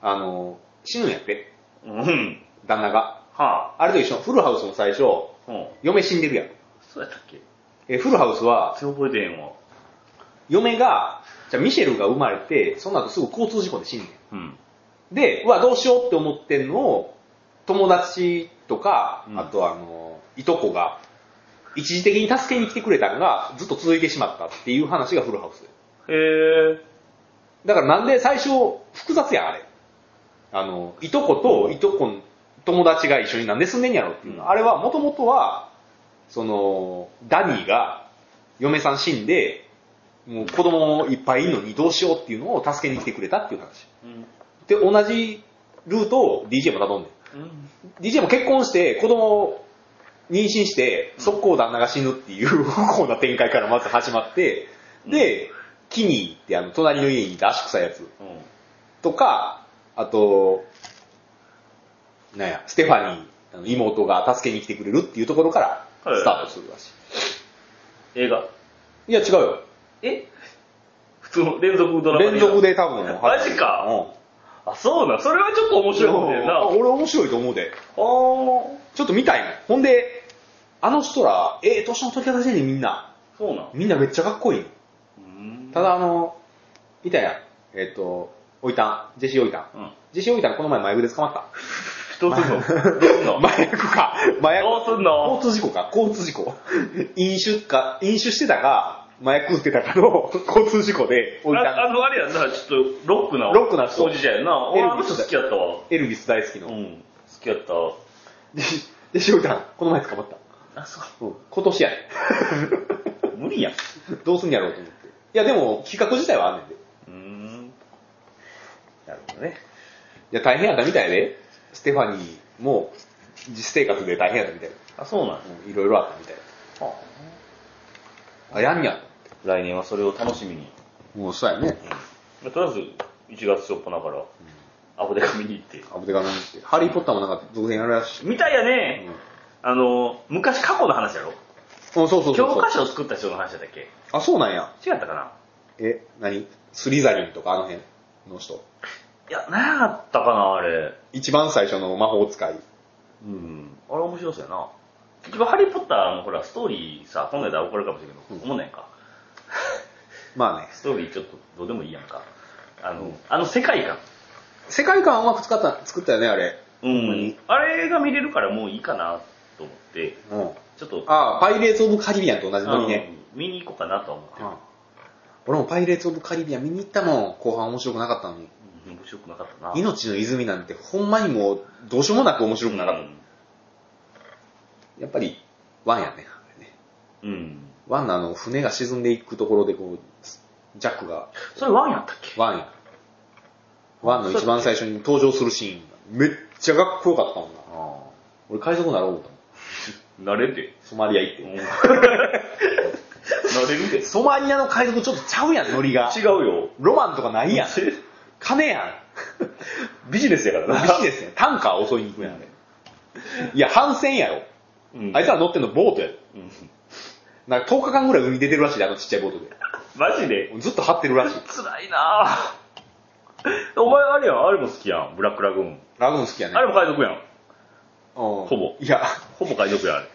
[SPEAKER 1] あの、死ぬんやって、
[SPEAKER 2] うん。うん。
[SPEAKER 1] 旦那が。
[SPEAKER 2] は
[SPEAKER 1] あれと一緒、フルハウスも最初、
[SPEAKER 2] あ。うん。
[SPEAKER 1] 嫁死んでるやん。
[SPEAKER 2] そうやったっけ
[SPEAKER 1] え、フルハウスは、
[SPEAKER 2] 全然覚えてへんわ。
[SPEAKER 1] 嫁が、じゃあミシェルが生まれて、その後すぐ交通事故で死んねん。
[SPEAKER 2] うん。
[SPEAKER 1] で、うわ、どうしようって思ってんのを、友達とか、
[SPEAKER 2] うん
[SPEAKER 1] あとあの、いとこが、一時的に助けに来てくれたのが、ずっと続いてしまったっていう話がフルハウス。
[SPEAKER 2] へえ。
[SPEAKER 1] だからなんで最初、複雑やん、あれ。あの、いとこと、いとこの友達が一緒になんで住んでんやろっていうの。
[SPEAKER 2] うん
[SPEAKER 1] あれは、もともとは、その、ダニーが、嫁さん死んで、もう子供いっぱいいるのにどうしようっていうのを助けに来てくれたっていう話。
[SPEAKER 2] うん。
[SPEAKER 1] で、同じルートを DJ も辿んでん。
[SPEAKER 2] うん。
[SPEAKER 1] DJ も結婚して、子供を妊娠して、速攻旦那が死ぬっていう [laughs] 不幸な展開からまず始まって、で、キニーってあの、隣の家にいた足臭いやつ
[SPEAKER 2] うん。
[SPEAKER 1] とか、あと、なんや、ステファニー、あの妹が助けに来てくれるっていうところからスタートするらし
[SPEAKER 2] 映画。
[SPEAKER 1] い。いや、違うよ。
[SPEAKER 2] え普通の連続ドラマ
[SPEAKER 1] 連続
[SPEAKER 2] で。
[SPEAKER 1] で多分。
[SPEAKER 2] マジか
[SPEAKER 1] うん。
[SPEAKER 2] あ、そうなん。それはちょっと面白いもんだよな。
[SPEAKER 1] 俺面白いと思うで。
[SPEAKER 2] ああ。
[SPEAKER 1] ちょっと見たいもん。ほんで、あの人ら、ええ年の取り方してんねんみんな。
[SPEAKER 2] そうなん。
[SPEAKER 1] みんなめっちゃかっこいい。
[SPEAKER 2] うん
[SPEAKER 1] た、だあの、いたやん。えっ、と、おいたん。ジェシーおいたん。
[SPEAKER 2] うん。
[SPEAKER 1] ジェシーおいたんこの前麻薬で捕まった。
[SPEAKER 2] [laughs] どうすんのどうすんの
[SPEAKER 1] 麻薬か。麻薬。
[SPEAKER 2] どうすんの
[SPEAKER 1] 交通事故か。交通事故。飲酒か、飲酒してたか、麻薬売ってたかの [laughs] 交通事故で、おい
[SPEAKER 2] あ
[SPEAKER 1] た
[SPEAKER 2] あの、あれやんな、ちょっとロックな。
[SPEAKER 1] ロックな人
[SPEAKER 2] おじちゃんやな。
[SPEAKER 1] エ
[SPEAKER 2] 俺
[SPEAKER 1] ル
[SPEAKER 2] あの
[SPEAKER 1] ビス
[SPEAKER 2] 人好きやったわ。
[SPEAKER 1] ん。エルビス大好きの。
[SPEAKER 2] うん。好きやった。
[SPEAKER 1] ジェシジェシーおいたん、この前捕まった。
[SPEAKER 2] あ、そうか。
[SPEAKER 1] うん。今年やね
[SPEAKER 2] 無理やん。
[SPEAKER 1] [laughs] ん。どうすんやろうと思って。いやでも、企画自体はあんねんで。
[SPEAKER 2] うん。なるほどね。
[SPEAKER 1] いや、大変やったみたいで、ステファニーも、実生活で大変やったみたいで
[SPEAKER 2] あ、そうなんや、
[SPEAKER 1] うんいろいろあったみたいで
[SPEAKER 2] は
[SPEAKER 1] あ、やんや。
[SPEAKER 2] あ来年はそれを楽しみに。
[SPEAKER 1] もうそうやね。
[SPEAKER 2] まあとりあえず、1月初っ端から、アホで見に行って。
[SPEAKER 1] アブデカの話って。ハリーポッターもなんか続編やるらしい。
[SPEAKER 2] みたいや
[SPEAKER 1] うん
[SPEAKER 2] ね、。あの、昔過去の話やろ
[SPEAKER 1] うんそうそうそうそう。
[SPEAKER 2] 教科書を作った人の話だっけ
[SPEAKER 1] あ、そうなんや。
[SPEAKER 2] 違ったかな
[SPEAKER 1] え、何スリザリンとかあの辺の人。
[SPEAKER 2] いや、何やったかな、あれ。
[SPEAKER 1] 一番最初の魔法使い。
[SPEAKER 2] うん。あれ面白そうやな。結局、ハリー・ポッターのほら、ストーリーさ、本来では怒るかもしれんけど、
[SPEAKER 1] うん
[SPEAKER 2] 思んないんか。
[SPEAKER 1] まあね。
[SPEAKER 2] ストーリーちょっとどうでもいいやんか。あの、あの世界観。
[SPEAKER 1] 世界観うまく使った、作ったよね、あれ。
[SPEAKER 2] う
[SPEAKER 1] ほんま
[SPEAKER 2] ん
[SPEAKER 1] に。
[SPEAKER 2] あれが見れるからもういいかなと思って、
[SPEAKER 1] うん。
[SPEAKER 2] ちょっと、
[SPEAKER 1] ああ、パイレーツ・オブ・カリビアンと同じノリね。
[SPEAKER 2] うん見に行こうかなとは思って
[SPEAKER 1] う
[SPEAKER 2] る
[SPEAKER 1] ん。俺もパイレーツ・オブ・カリビアン見に行ったもん。後半面白くなかったのに。
[SPEAKER 2] うん。面白くなかったな。
[SPEAKER 1] 命の泉なんてほんまにもうどうしようもなく面白くなかった。やっぱり、ワンやね。あれね
[SPEAKER 2] うん。うん。
[SPEAKER 1] ワンのあの、船が沈んでいくところでこう、ジャックが
[SPEAKER 2] それワンやったっけ
[SPEAKER 1] ワンや。ワンの一番最初に登場するシーン。めっちゃかっこよかったもんな。
[SPEAKER 2] あ
[SPEAKER 1] 俺海賊なろうと思ったもん。
[SPEAKER 2] あ。慣れて。
[SPEAKER 1] ソマリア行っ
[SPEAKER 2] うん [laughs]
[SPEAKER 1] て。
[SPEAKER 2] 慣れるで。違
[SPEAKER 1] ソマリアの海賊ちょっとちゃうやん、ノリが。[laughs]
[SPEAKER 2] うよ。
[SPEAKER 1] ロマンとかないやん。金やん。
[SPEAKER 2] ビジネスやから
[SPEAKER 1] [laughs]
[SPEAKER 2] な。
[SPEAKER 1] ビジネスやん。タンカー襲いに行くやん、あれ。いや、反戦やろ。
[SPEAKER 2] うん
[SPEAKER 1] あいつら乗ってんのボートやろ。
[SPEAKER 2] うん
[SPEAKER 1] なんか10日間ぐらい海出てるらしいで、あのちっちゃいボートで。
[SPEAKER 2] マジで
[SPEAKER 1] ずっと張ってるらしい。
[SPEAKER 2] 辛いなぁ。お前あれやん、あれも好きやん、ブラックラグーン。
[SPEAKER 1] ラグーン好きやね。
[SPEAKER 2] あれも海賊やん。
[SPEAKER 1] ほ
[SPEAKER 2] ほぼ
[SPEAKER 1] いや、
[SPEAKER 2] ほぼ海賊やん、あれ。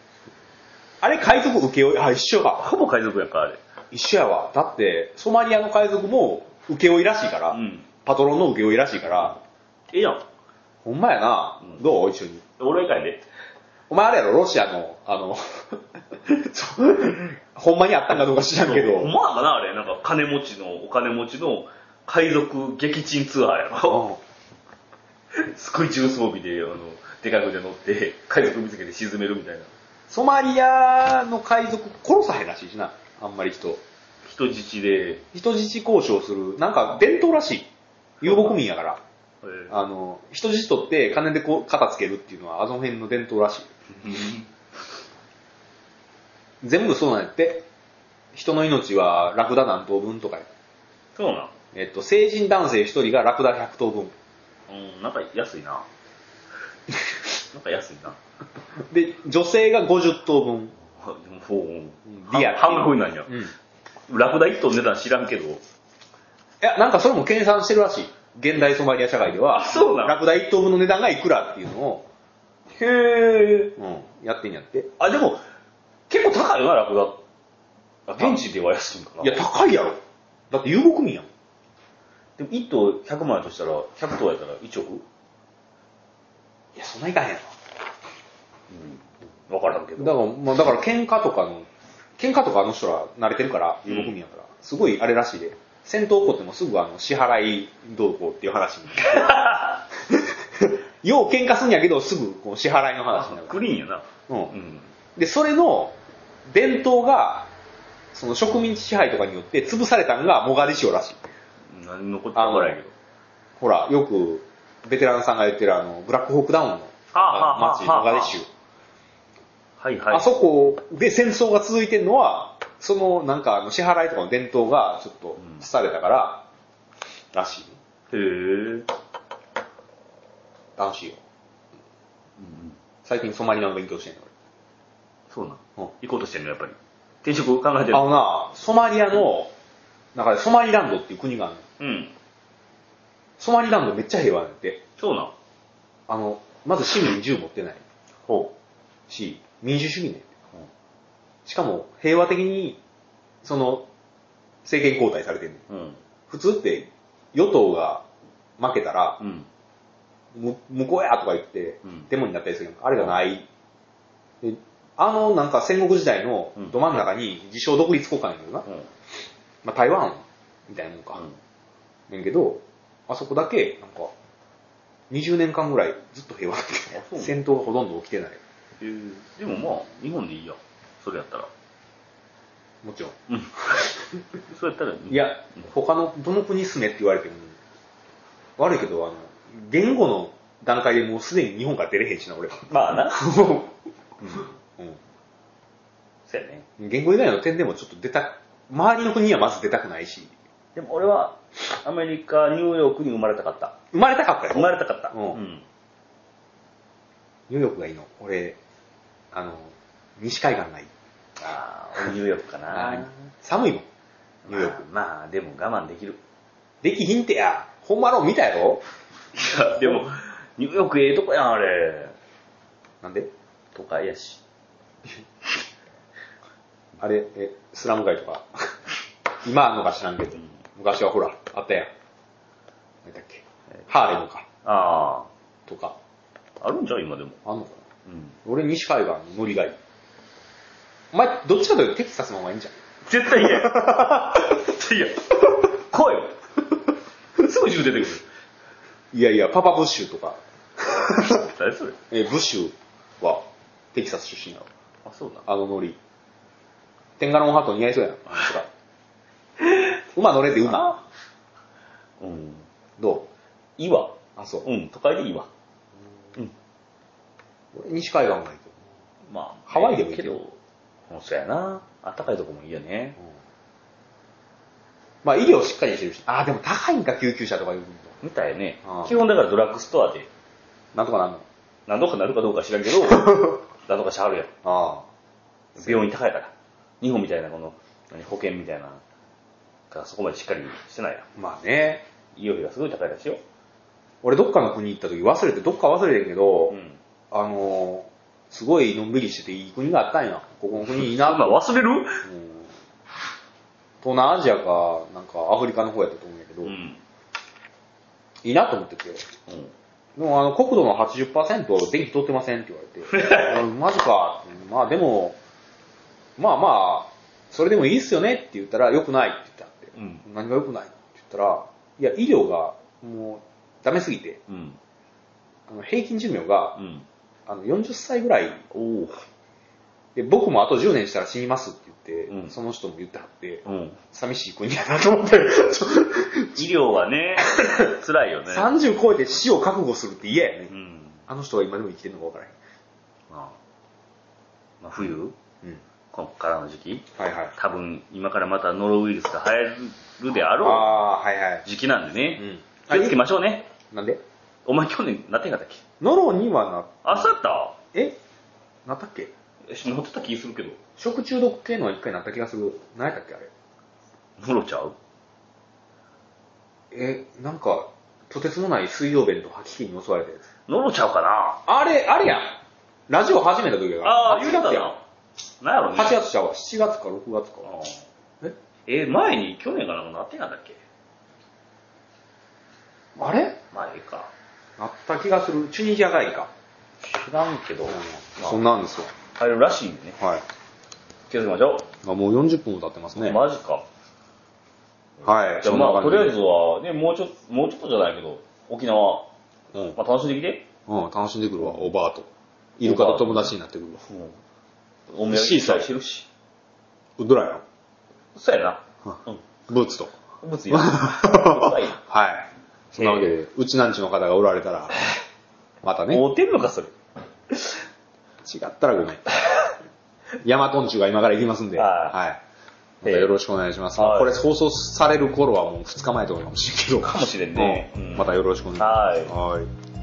[SPEAKER 1] あれ海賊受け負い、あ、一緒か。
[SPEAKER 2] ほぼ海賊やんか、あれ。
[SPEAKER 1] 一緒やわ。だって、ソマリアの海賊も受け負いらしいから、
[SPEAKER 2] うん。
[SPEAKER 1] パトロンの受け負いらしいから、
[SPEAKER 2] ええやん。
[SPEAKER 1] ほんまやな。
[SPEAKER 2] うん
[SPEAKER 1] どう一緒に。
[SPEAKER 2] 俺がやで。
[SPEAKER 1] お前あれやろ、ロシアの、あの、 [laughs] そうほんまにあったんかどうか知らんけ
[SPEAKER 2] お前
[SPEAKER 1] ど、
[SPEAKER 2] かな、あれ。なんか金持ちの、お金持ちの海賊撃沈ツアーやろ。すごい重装備で、あの、でかい船乗って、海賊見つけて沈めるみたいな。
[SPEAKER 1] ソマリアの海賊殺さへんらしいしな、あんまり人。
[SPEAKER 2] 人質で、
[SPEAKER 1] 人質交渉する、なんか伝統らしい。遊牧民やから。
[SPEAKER 2] え
[SPEAKER 1] あの、人質取って金でこう肩つけるっていうのはあの辺の伝統らしい。全部そうなんやって。人の命はラクダ何頭分とかや。
[SPEAKER 2] そうなん
[SPEAKER 1] えっと、成人男性一人がラクダ100頭分。
[SPEAKER 2] うん、なんか安いな。 [laughs] なんか安いな。
[SPEAKER 1] で、女性が50頭分。
[SPEAKER 2] ほう
[SPEAKER 1] リアル
[SPEAKER 2] 半額になんや。
[SPEAKER 1] うん。い
[SPEAKER 2] ラクダ1頭の値段知らんけど。
[SPEAKER 1] や、なんかそれも計算してるらしい。現代ソマリア社会では
[SPEAKER 2] あ、、そう
[SPEAKER 1] ラ
[SPEAKER 2] な
[SPEAKER 1] クダ1頭分の値段がいくらっていうのを、
[SPEAKER 2] んへえ。
[SPEAKER 1] うん、やってんやって。
[SPEAKER 2] あ、でも、結構高いよな、ラクダ。あ現地では安いんかな。
[SPEAKER 1] いや、高いやろ。だって遊牧民やん。
[SPEAKER 2] でも1頭100万円としたら、100頭やったら1億
[SPEAKER 1] いや、そんないかへんや
[SPEAKER 2] うん。わからんけ
[SPEAKER 1] ろ。
[SPEAKER 2] ど。
[SPEAKER 1] だから、まあ、だから喧嘩とかの、喧嘩とかあの人ら慣れてるから、
[SPEAKER 2] うん
[SPEAKER 1] 遊牧民やから、すごいあれらしいで、戦闘起こってもすぐあの、支払いどうこうっていう話に。 [laughs] よう喧嘩すんやけど、すぐこう支払いの話になる。
[SPEAKER 2] クリーンやな。
[SPEAKER 1] う。
[SPEAKER 2] うんん。
[SPEAKER 1] で、それの伝統が、その植民地支配とかによって潰されたんがモガディシオらしい。
[SPEAKER 2] 何残ってもらえんけど。
[SPEAKER 1] ほら、よく、ベテランさんが言ってるあの、ブラックホークダウンの
[SPEAKER 2] はあはあはあ
[SPEAKER 1] 街、モガディシオ。
[SPEAKER 2] はいはい。
[SPEAKER 1] あそこで戦争が続いてるのは、そのなんかあの支払いとかの伝統がちょっと
[SPEAKER 2] うん
[SPEAKER 1] 廃れたから、らしい。
[SPEAKER 2] へえ。
[SPEAKER 1] 楽しいよ。最近ソマリアの勉強してんの
[SPEAKER 2] そうなん。
[SPEAKER 1] 俺。
[SPEAKER 2] 行こうとしてんの、やっぱり。転職考え
[SPEAKER 1] うん
[SPEAKER 2] てる
[SPEAKER 1] あ。のな、ソマリアの、なんかねソマリランドっていう国があるの
[SPEAKER 2] うん。
[SPEAKER 1] ソマリランドめっちゃ平和なんやって。
[SPEAKER 2] そうなん。
[SPEAKER 1] あの、まず市民銃持ってない
[SPEAKER 2] ほ
[SPEAKER 1] し、民主主義ね
[SPEAKER 2] うん。
[SPEAKER 1] しかも平和的に、その、政権交代されてるの。
[SPEAKER 2] う。うん。
[SPEAKER 1] 普通って、与党が負けたら、
[SPEAKER 2] うん。
[SPEAKER 1] む向こうやとか言って
[SPEAKER 2] うん、
[SPEAKER 1] デモになったりするやんあれがない。であの、なんか戦国時代の
[SPEAKER 2] うん
[SPEAKER 1] ど真ん中に自称独立国家なんやけどな。
[SPEAKER 2] うん。
[SPEAKER 1] まあ、台湾みたいなもんか。ねんけど、あそこだけ、なんか、20年間ぐらいずっと平和だっ
[SPEAKER 2] あそ
[SPEAKER 1] て
[SPEAKER 2] う
[SPEAKER 1] 戦闘がほとんど起きてない。
[SPEAKER 2] へーでもまあ、日本でいいや。それやったら。
[SPEAKER 1] もちろん。
[SPEAKER 2] うん。そうやったらいい
[SPEAKER 1] い。や、他の、どの国住めって言われても、悪いけど、あの、言語の段階でもうすでに日本から出れへんしな、俺。
[SPEAKER 2] まあな。
[SPEAKER 1] う
[SPEAKER 2] そうやね。
[SPEAKER 1] ん。言語以外の点でもちょっと出た、周りの国にはまず出たくないし、
[SPEAKER 2] でも俺は、アメリカ、ニューヨークに生まれたかった。
[SPEAKER 1] 生まれたかったよ。
[SPEAKER 2] 生まれたかった。
[SPEAKER 1] うんニューヨークがいいの。俺、あの、西海岸がいい。
[SPEAKER 2] ああ、俺ニューヨークかな。
[SPEAKER 1] 寒いもん、ニューヨーク。
[SPEAKER 2] まあ、まあでも我慢できる。 [laughs]
[SPEAKER 1] できひんてや、ほんまろ見たやろ
[SPEAKER 2] いや、でも、ニューヨークええとこやん、あれ。
[SPEAKER 1] なんで
[SPEAKER 2] 都会やし。
[SPEAKER 1] あれ、え、スラム街とか。 [laughs] 今あんのか知らんけど
[SPEAKER 2] うん。
[SPEAKER 1] 昔はほら、あったやん。何だっけ。ハーレムか。
[SPEAKER 2] あ
[SPEAKER 1] とか。
[SPEAKER 2] あ、あるんじゃう今でも。
[SPEAKER 1] あんのかな
[SPEAKER 2] うん。
[SPEAKER 1] 俺西海岸のノリがいい。お前、どっちかというとテキサスの方がいいんじゃん。
[SPEAKER 2] 絶対嫌や。絶対嫌。来いよ。すぐ銃出てくる。
[SPEAKER 1] いやいや、パパブッシュとか、
[SPEAKER 2] 誰それ
[SPEAKER 1] えーブッシュはテキサス出身やろ。
[SPEAKER 2] あ、そうだ。
[SPEAKER 1] あのノリ。テンガロンハート似合いそうやな、あいつら。馬乗れって馬。
[SPEAKER 2] うん。
[SPEAKER 1] ど
[SPEAKER 2] いいわ。
[SPEAKER 1] うあ、そう。
[SPEAKER 2] うん、都会でいいわ。
[SPEAKER 1] 俺西海岸がいいと思
[SPEAKER 2] まあ、
[SPEAKER 1] ハワイでもいいけ
[SPEAKER 2] け
[SPEAKER 1] ど
[SPEAKER 2] ど、うんそうやな。あったかいとこもいいよね
[SPEAKER 1] う。。うんまあ、医療しっかりしてるし。あー、でも高いんか、救急車とかいうの。
[SPEAKER 2] みたいね
[SPEAKER 1] ああ。
[SPEAKER 2] 基本だからドラッグストアで、
[SPEAKER 1] なんとかなんの。
[SPEAKER 2] 何とかなるかどうか知
[SPEAKER 1] [laughs]
[SPEAKER 2] らんけど、なんとかしはるやん。
[SPEAKER 1] あ
[SPEAKER 2] 病院高いから。日本みたいなこの、何保険みたいな、がそこまでしっかりしてないやん。
[SPEAKER 1] あ。まあね。
[SPEAKER 2] 医療費がすごい高いらしいよ。
[SPEAKER 1] 俺どっかの国行った時忘れて、どっか忘れてんけど、
[SPEAKER 2] うん。
[SPEAKER 1] あのー、すごいのんびりしてていい国があったんや。ここの国 [laughs] いいな
[SPEAKER 2] 今忘れる
[SPEAKER 1] うん東南アジアか、なんかアフリカの方やったと思うんやけど、
[SPEAKER 2] う
[SPEAKER 1] い
[SPEAKER 2] ん。
[SPEAKER 1] いなと思ってて。
[SPEAKER 2] うん。
[SPEAKER 1] でもあの、国土の80%電気通ってませんって言わ [laughs] れて、うんマジか。まあでも、まあまあ、それでもいいっすよねって言ったら、良くないって言ったって。
[SPEAKER 2] うん。
[SPEAKER 1] 何が良くないって言ったら、いや、医療がもうダメすぎて、
[SPEAKER 2] うん。
[SPEAKER 1] あの平均寿命が
[SPEAKER 2] うん。
[SPEAKER 1] あの40歳ぐらい
[SPEAKER 2] おお。
[SPEAKER 1] で、僕もあと10年したら死にますって言って、
[SPEAKER 2] うん
[SPEAKER 1] その人も言ってはって、
[SPEAKER 2] うん。
[SPEAKER 1] 寂しい国やなと思って、
[SPEAKER 2] 医療は
[SPEAKER 1] [laughs]
[SPEAKER 2] [laughs] ね、辛いよね。
[SPEAKER 1] 30超えて死を覚悟するって嫌やね
[SPEAKER 2] う。ん。
[SPEAKER 1] あの人が今でも生きてるのか分からへん。
[SPEAKER 2] まあ、まあ、冬、
[SPEAKER 1] うん。
[SPEAKER 2] こっからの時期、
[SPEAKER 1] はいはい。
[SPEAKER 2] 多分今からまたノロウイルスが流行るであ
[SPEAKER 1] あ
[SPEAKER 2] ろ
[SPEAKER 1] あ、はいは
[SPEAKER 2] う
[SPEAKER 1] い。
[SPEAKER 2] 時期なんで
[SPEAKER 1] う
[SPEAKER 2] ね、
[SPEAKER 1] ん。
[SPEAKER 2] 気をつけましょうね。
[SPEAKER 1] なんで
[SPEAKER 2] お前去年なってへんかったっけ
[SPEAKER 1] ノロにはな、
[SPEAKER 2] あ、そうやった
[SPEAKER 1] えなったっけ
[SPEAKER 2] え乗ってた気するけど。
[SPEAKER 1] 食中毒系のは一回なった気がする。何やったっけあれ。
[SPEAKER 2] ノロちゃう
[SPEAKER 1] え、なんか、とてつもない水曜弁と吐き気に襲われたやつ。
[SPEAKER 2] ノロちゃうかな
[SPEAKER 1] あれ、あれやん。ラジオ始めた時が。
[SPEAKER 2] ああ、言う
[SPEAKER 1] 8
[SPEAKER 2] てた
[SPEAKER 1] 月やん。
[SPEAKER 2] な。なんやろね。
[SPEAKER 1] 8月ちゃうわ。7月か6月か。
[SPEAKER 2] うん
[SPEAKER 1] え
[SPEAKER 2] え、前に去年かなんかなってへんかったっけ
[SPEAKER 1] あれ
[SPEAKER 2] まあ、ええか。
[SPEAKER 1] なった気がする。チュニジアがいいか。
[SPEAKER 2] 知らんけど、まあ
[SPEAKER 1] そんなんですよ。
[SPEAKER 2] 入るらしいんでね。
[SPEAKER 1] はい。
[SPEAKER 2] 気をつけましょ
[SPEAKER 1] あもう40分も経ってます
[SPEAKER 2] う。
[SPEAKER 1] ね。
[SPEAKER 2] マジか。
[SPEAKER 1] はい。
[SPEAKER 2] じゃあ
[SPEAKER 1] そん
[SPEAKER 2] ま
[SPEAKER 1] な
[SPEAKER 2] あ、と
[SPEAKER 1] 感じ
[SPEAKER 2] りあえずは、ね、もうちょっと、もうちょっとじゃないけど、沖縄、
[SPEAKER 1] うん
[SPEAKER 2] まあ、楽しんできて。
[SPEAKER 1] うん、楽しんでくるわ、オバーと。イルカと友達になってくるわ。
[SPEAKER 2] おめ
[SPEAKER 1] シーサー
[SPEAKER 2] してるし。
[SPEAKER 1] ウッドライ
[SPEAKER 2] そうや
[SPEAKER 1] オン。
[SPEAKER 2] うん
[SPEAKER 1] ブーツ
[SPEAKER 2] [laughs]
[SPEAKER 1] と。
[SPEAKER 2] な。物理や。物理や
[SPEAKER 1] はい。そんなわけで、うちなんちの方がおられたら、ま [laughs] たね、
[SPEAKER 2] 合うてんのか、それ。
[SPEAKER 1] 違ったらごめん。 [laughs] ヤマトンチュが今から行きますんで、
[SPEAKER 2] は
[SPEAKER 1] はい。またよろしくお願いします。
[SPEAKER 2] はい
[SPEAKER 1] まあこれ放送される頃はもう2日前とかかもしれんけど、
[SPEAKER 2] かもしれんね
[SPEAKER 1] [laughs] うん
[SPEAKER 2] うん
[SPEAKER 1] またよろしくお願いします。
[SPEAKER 2] はい
[SPEAKER 1] はい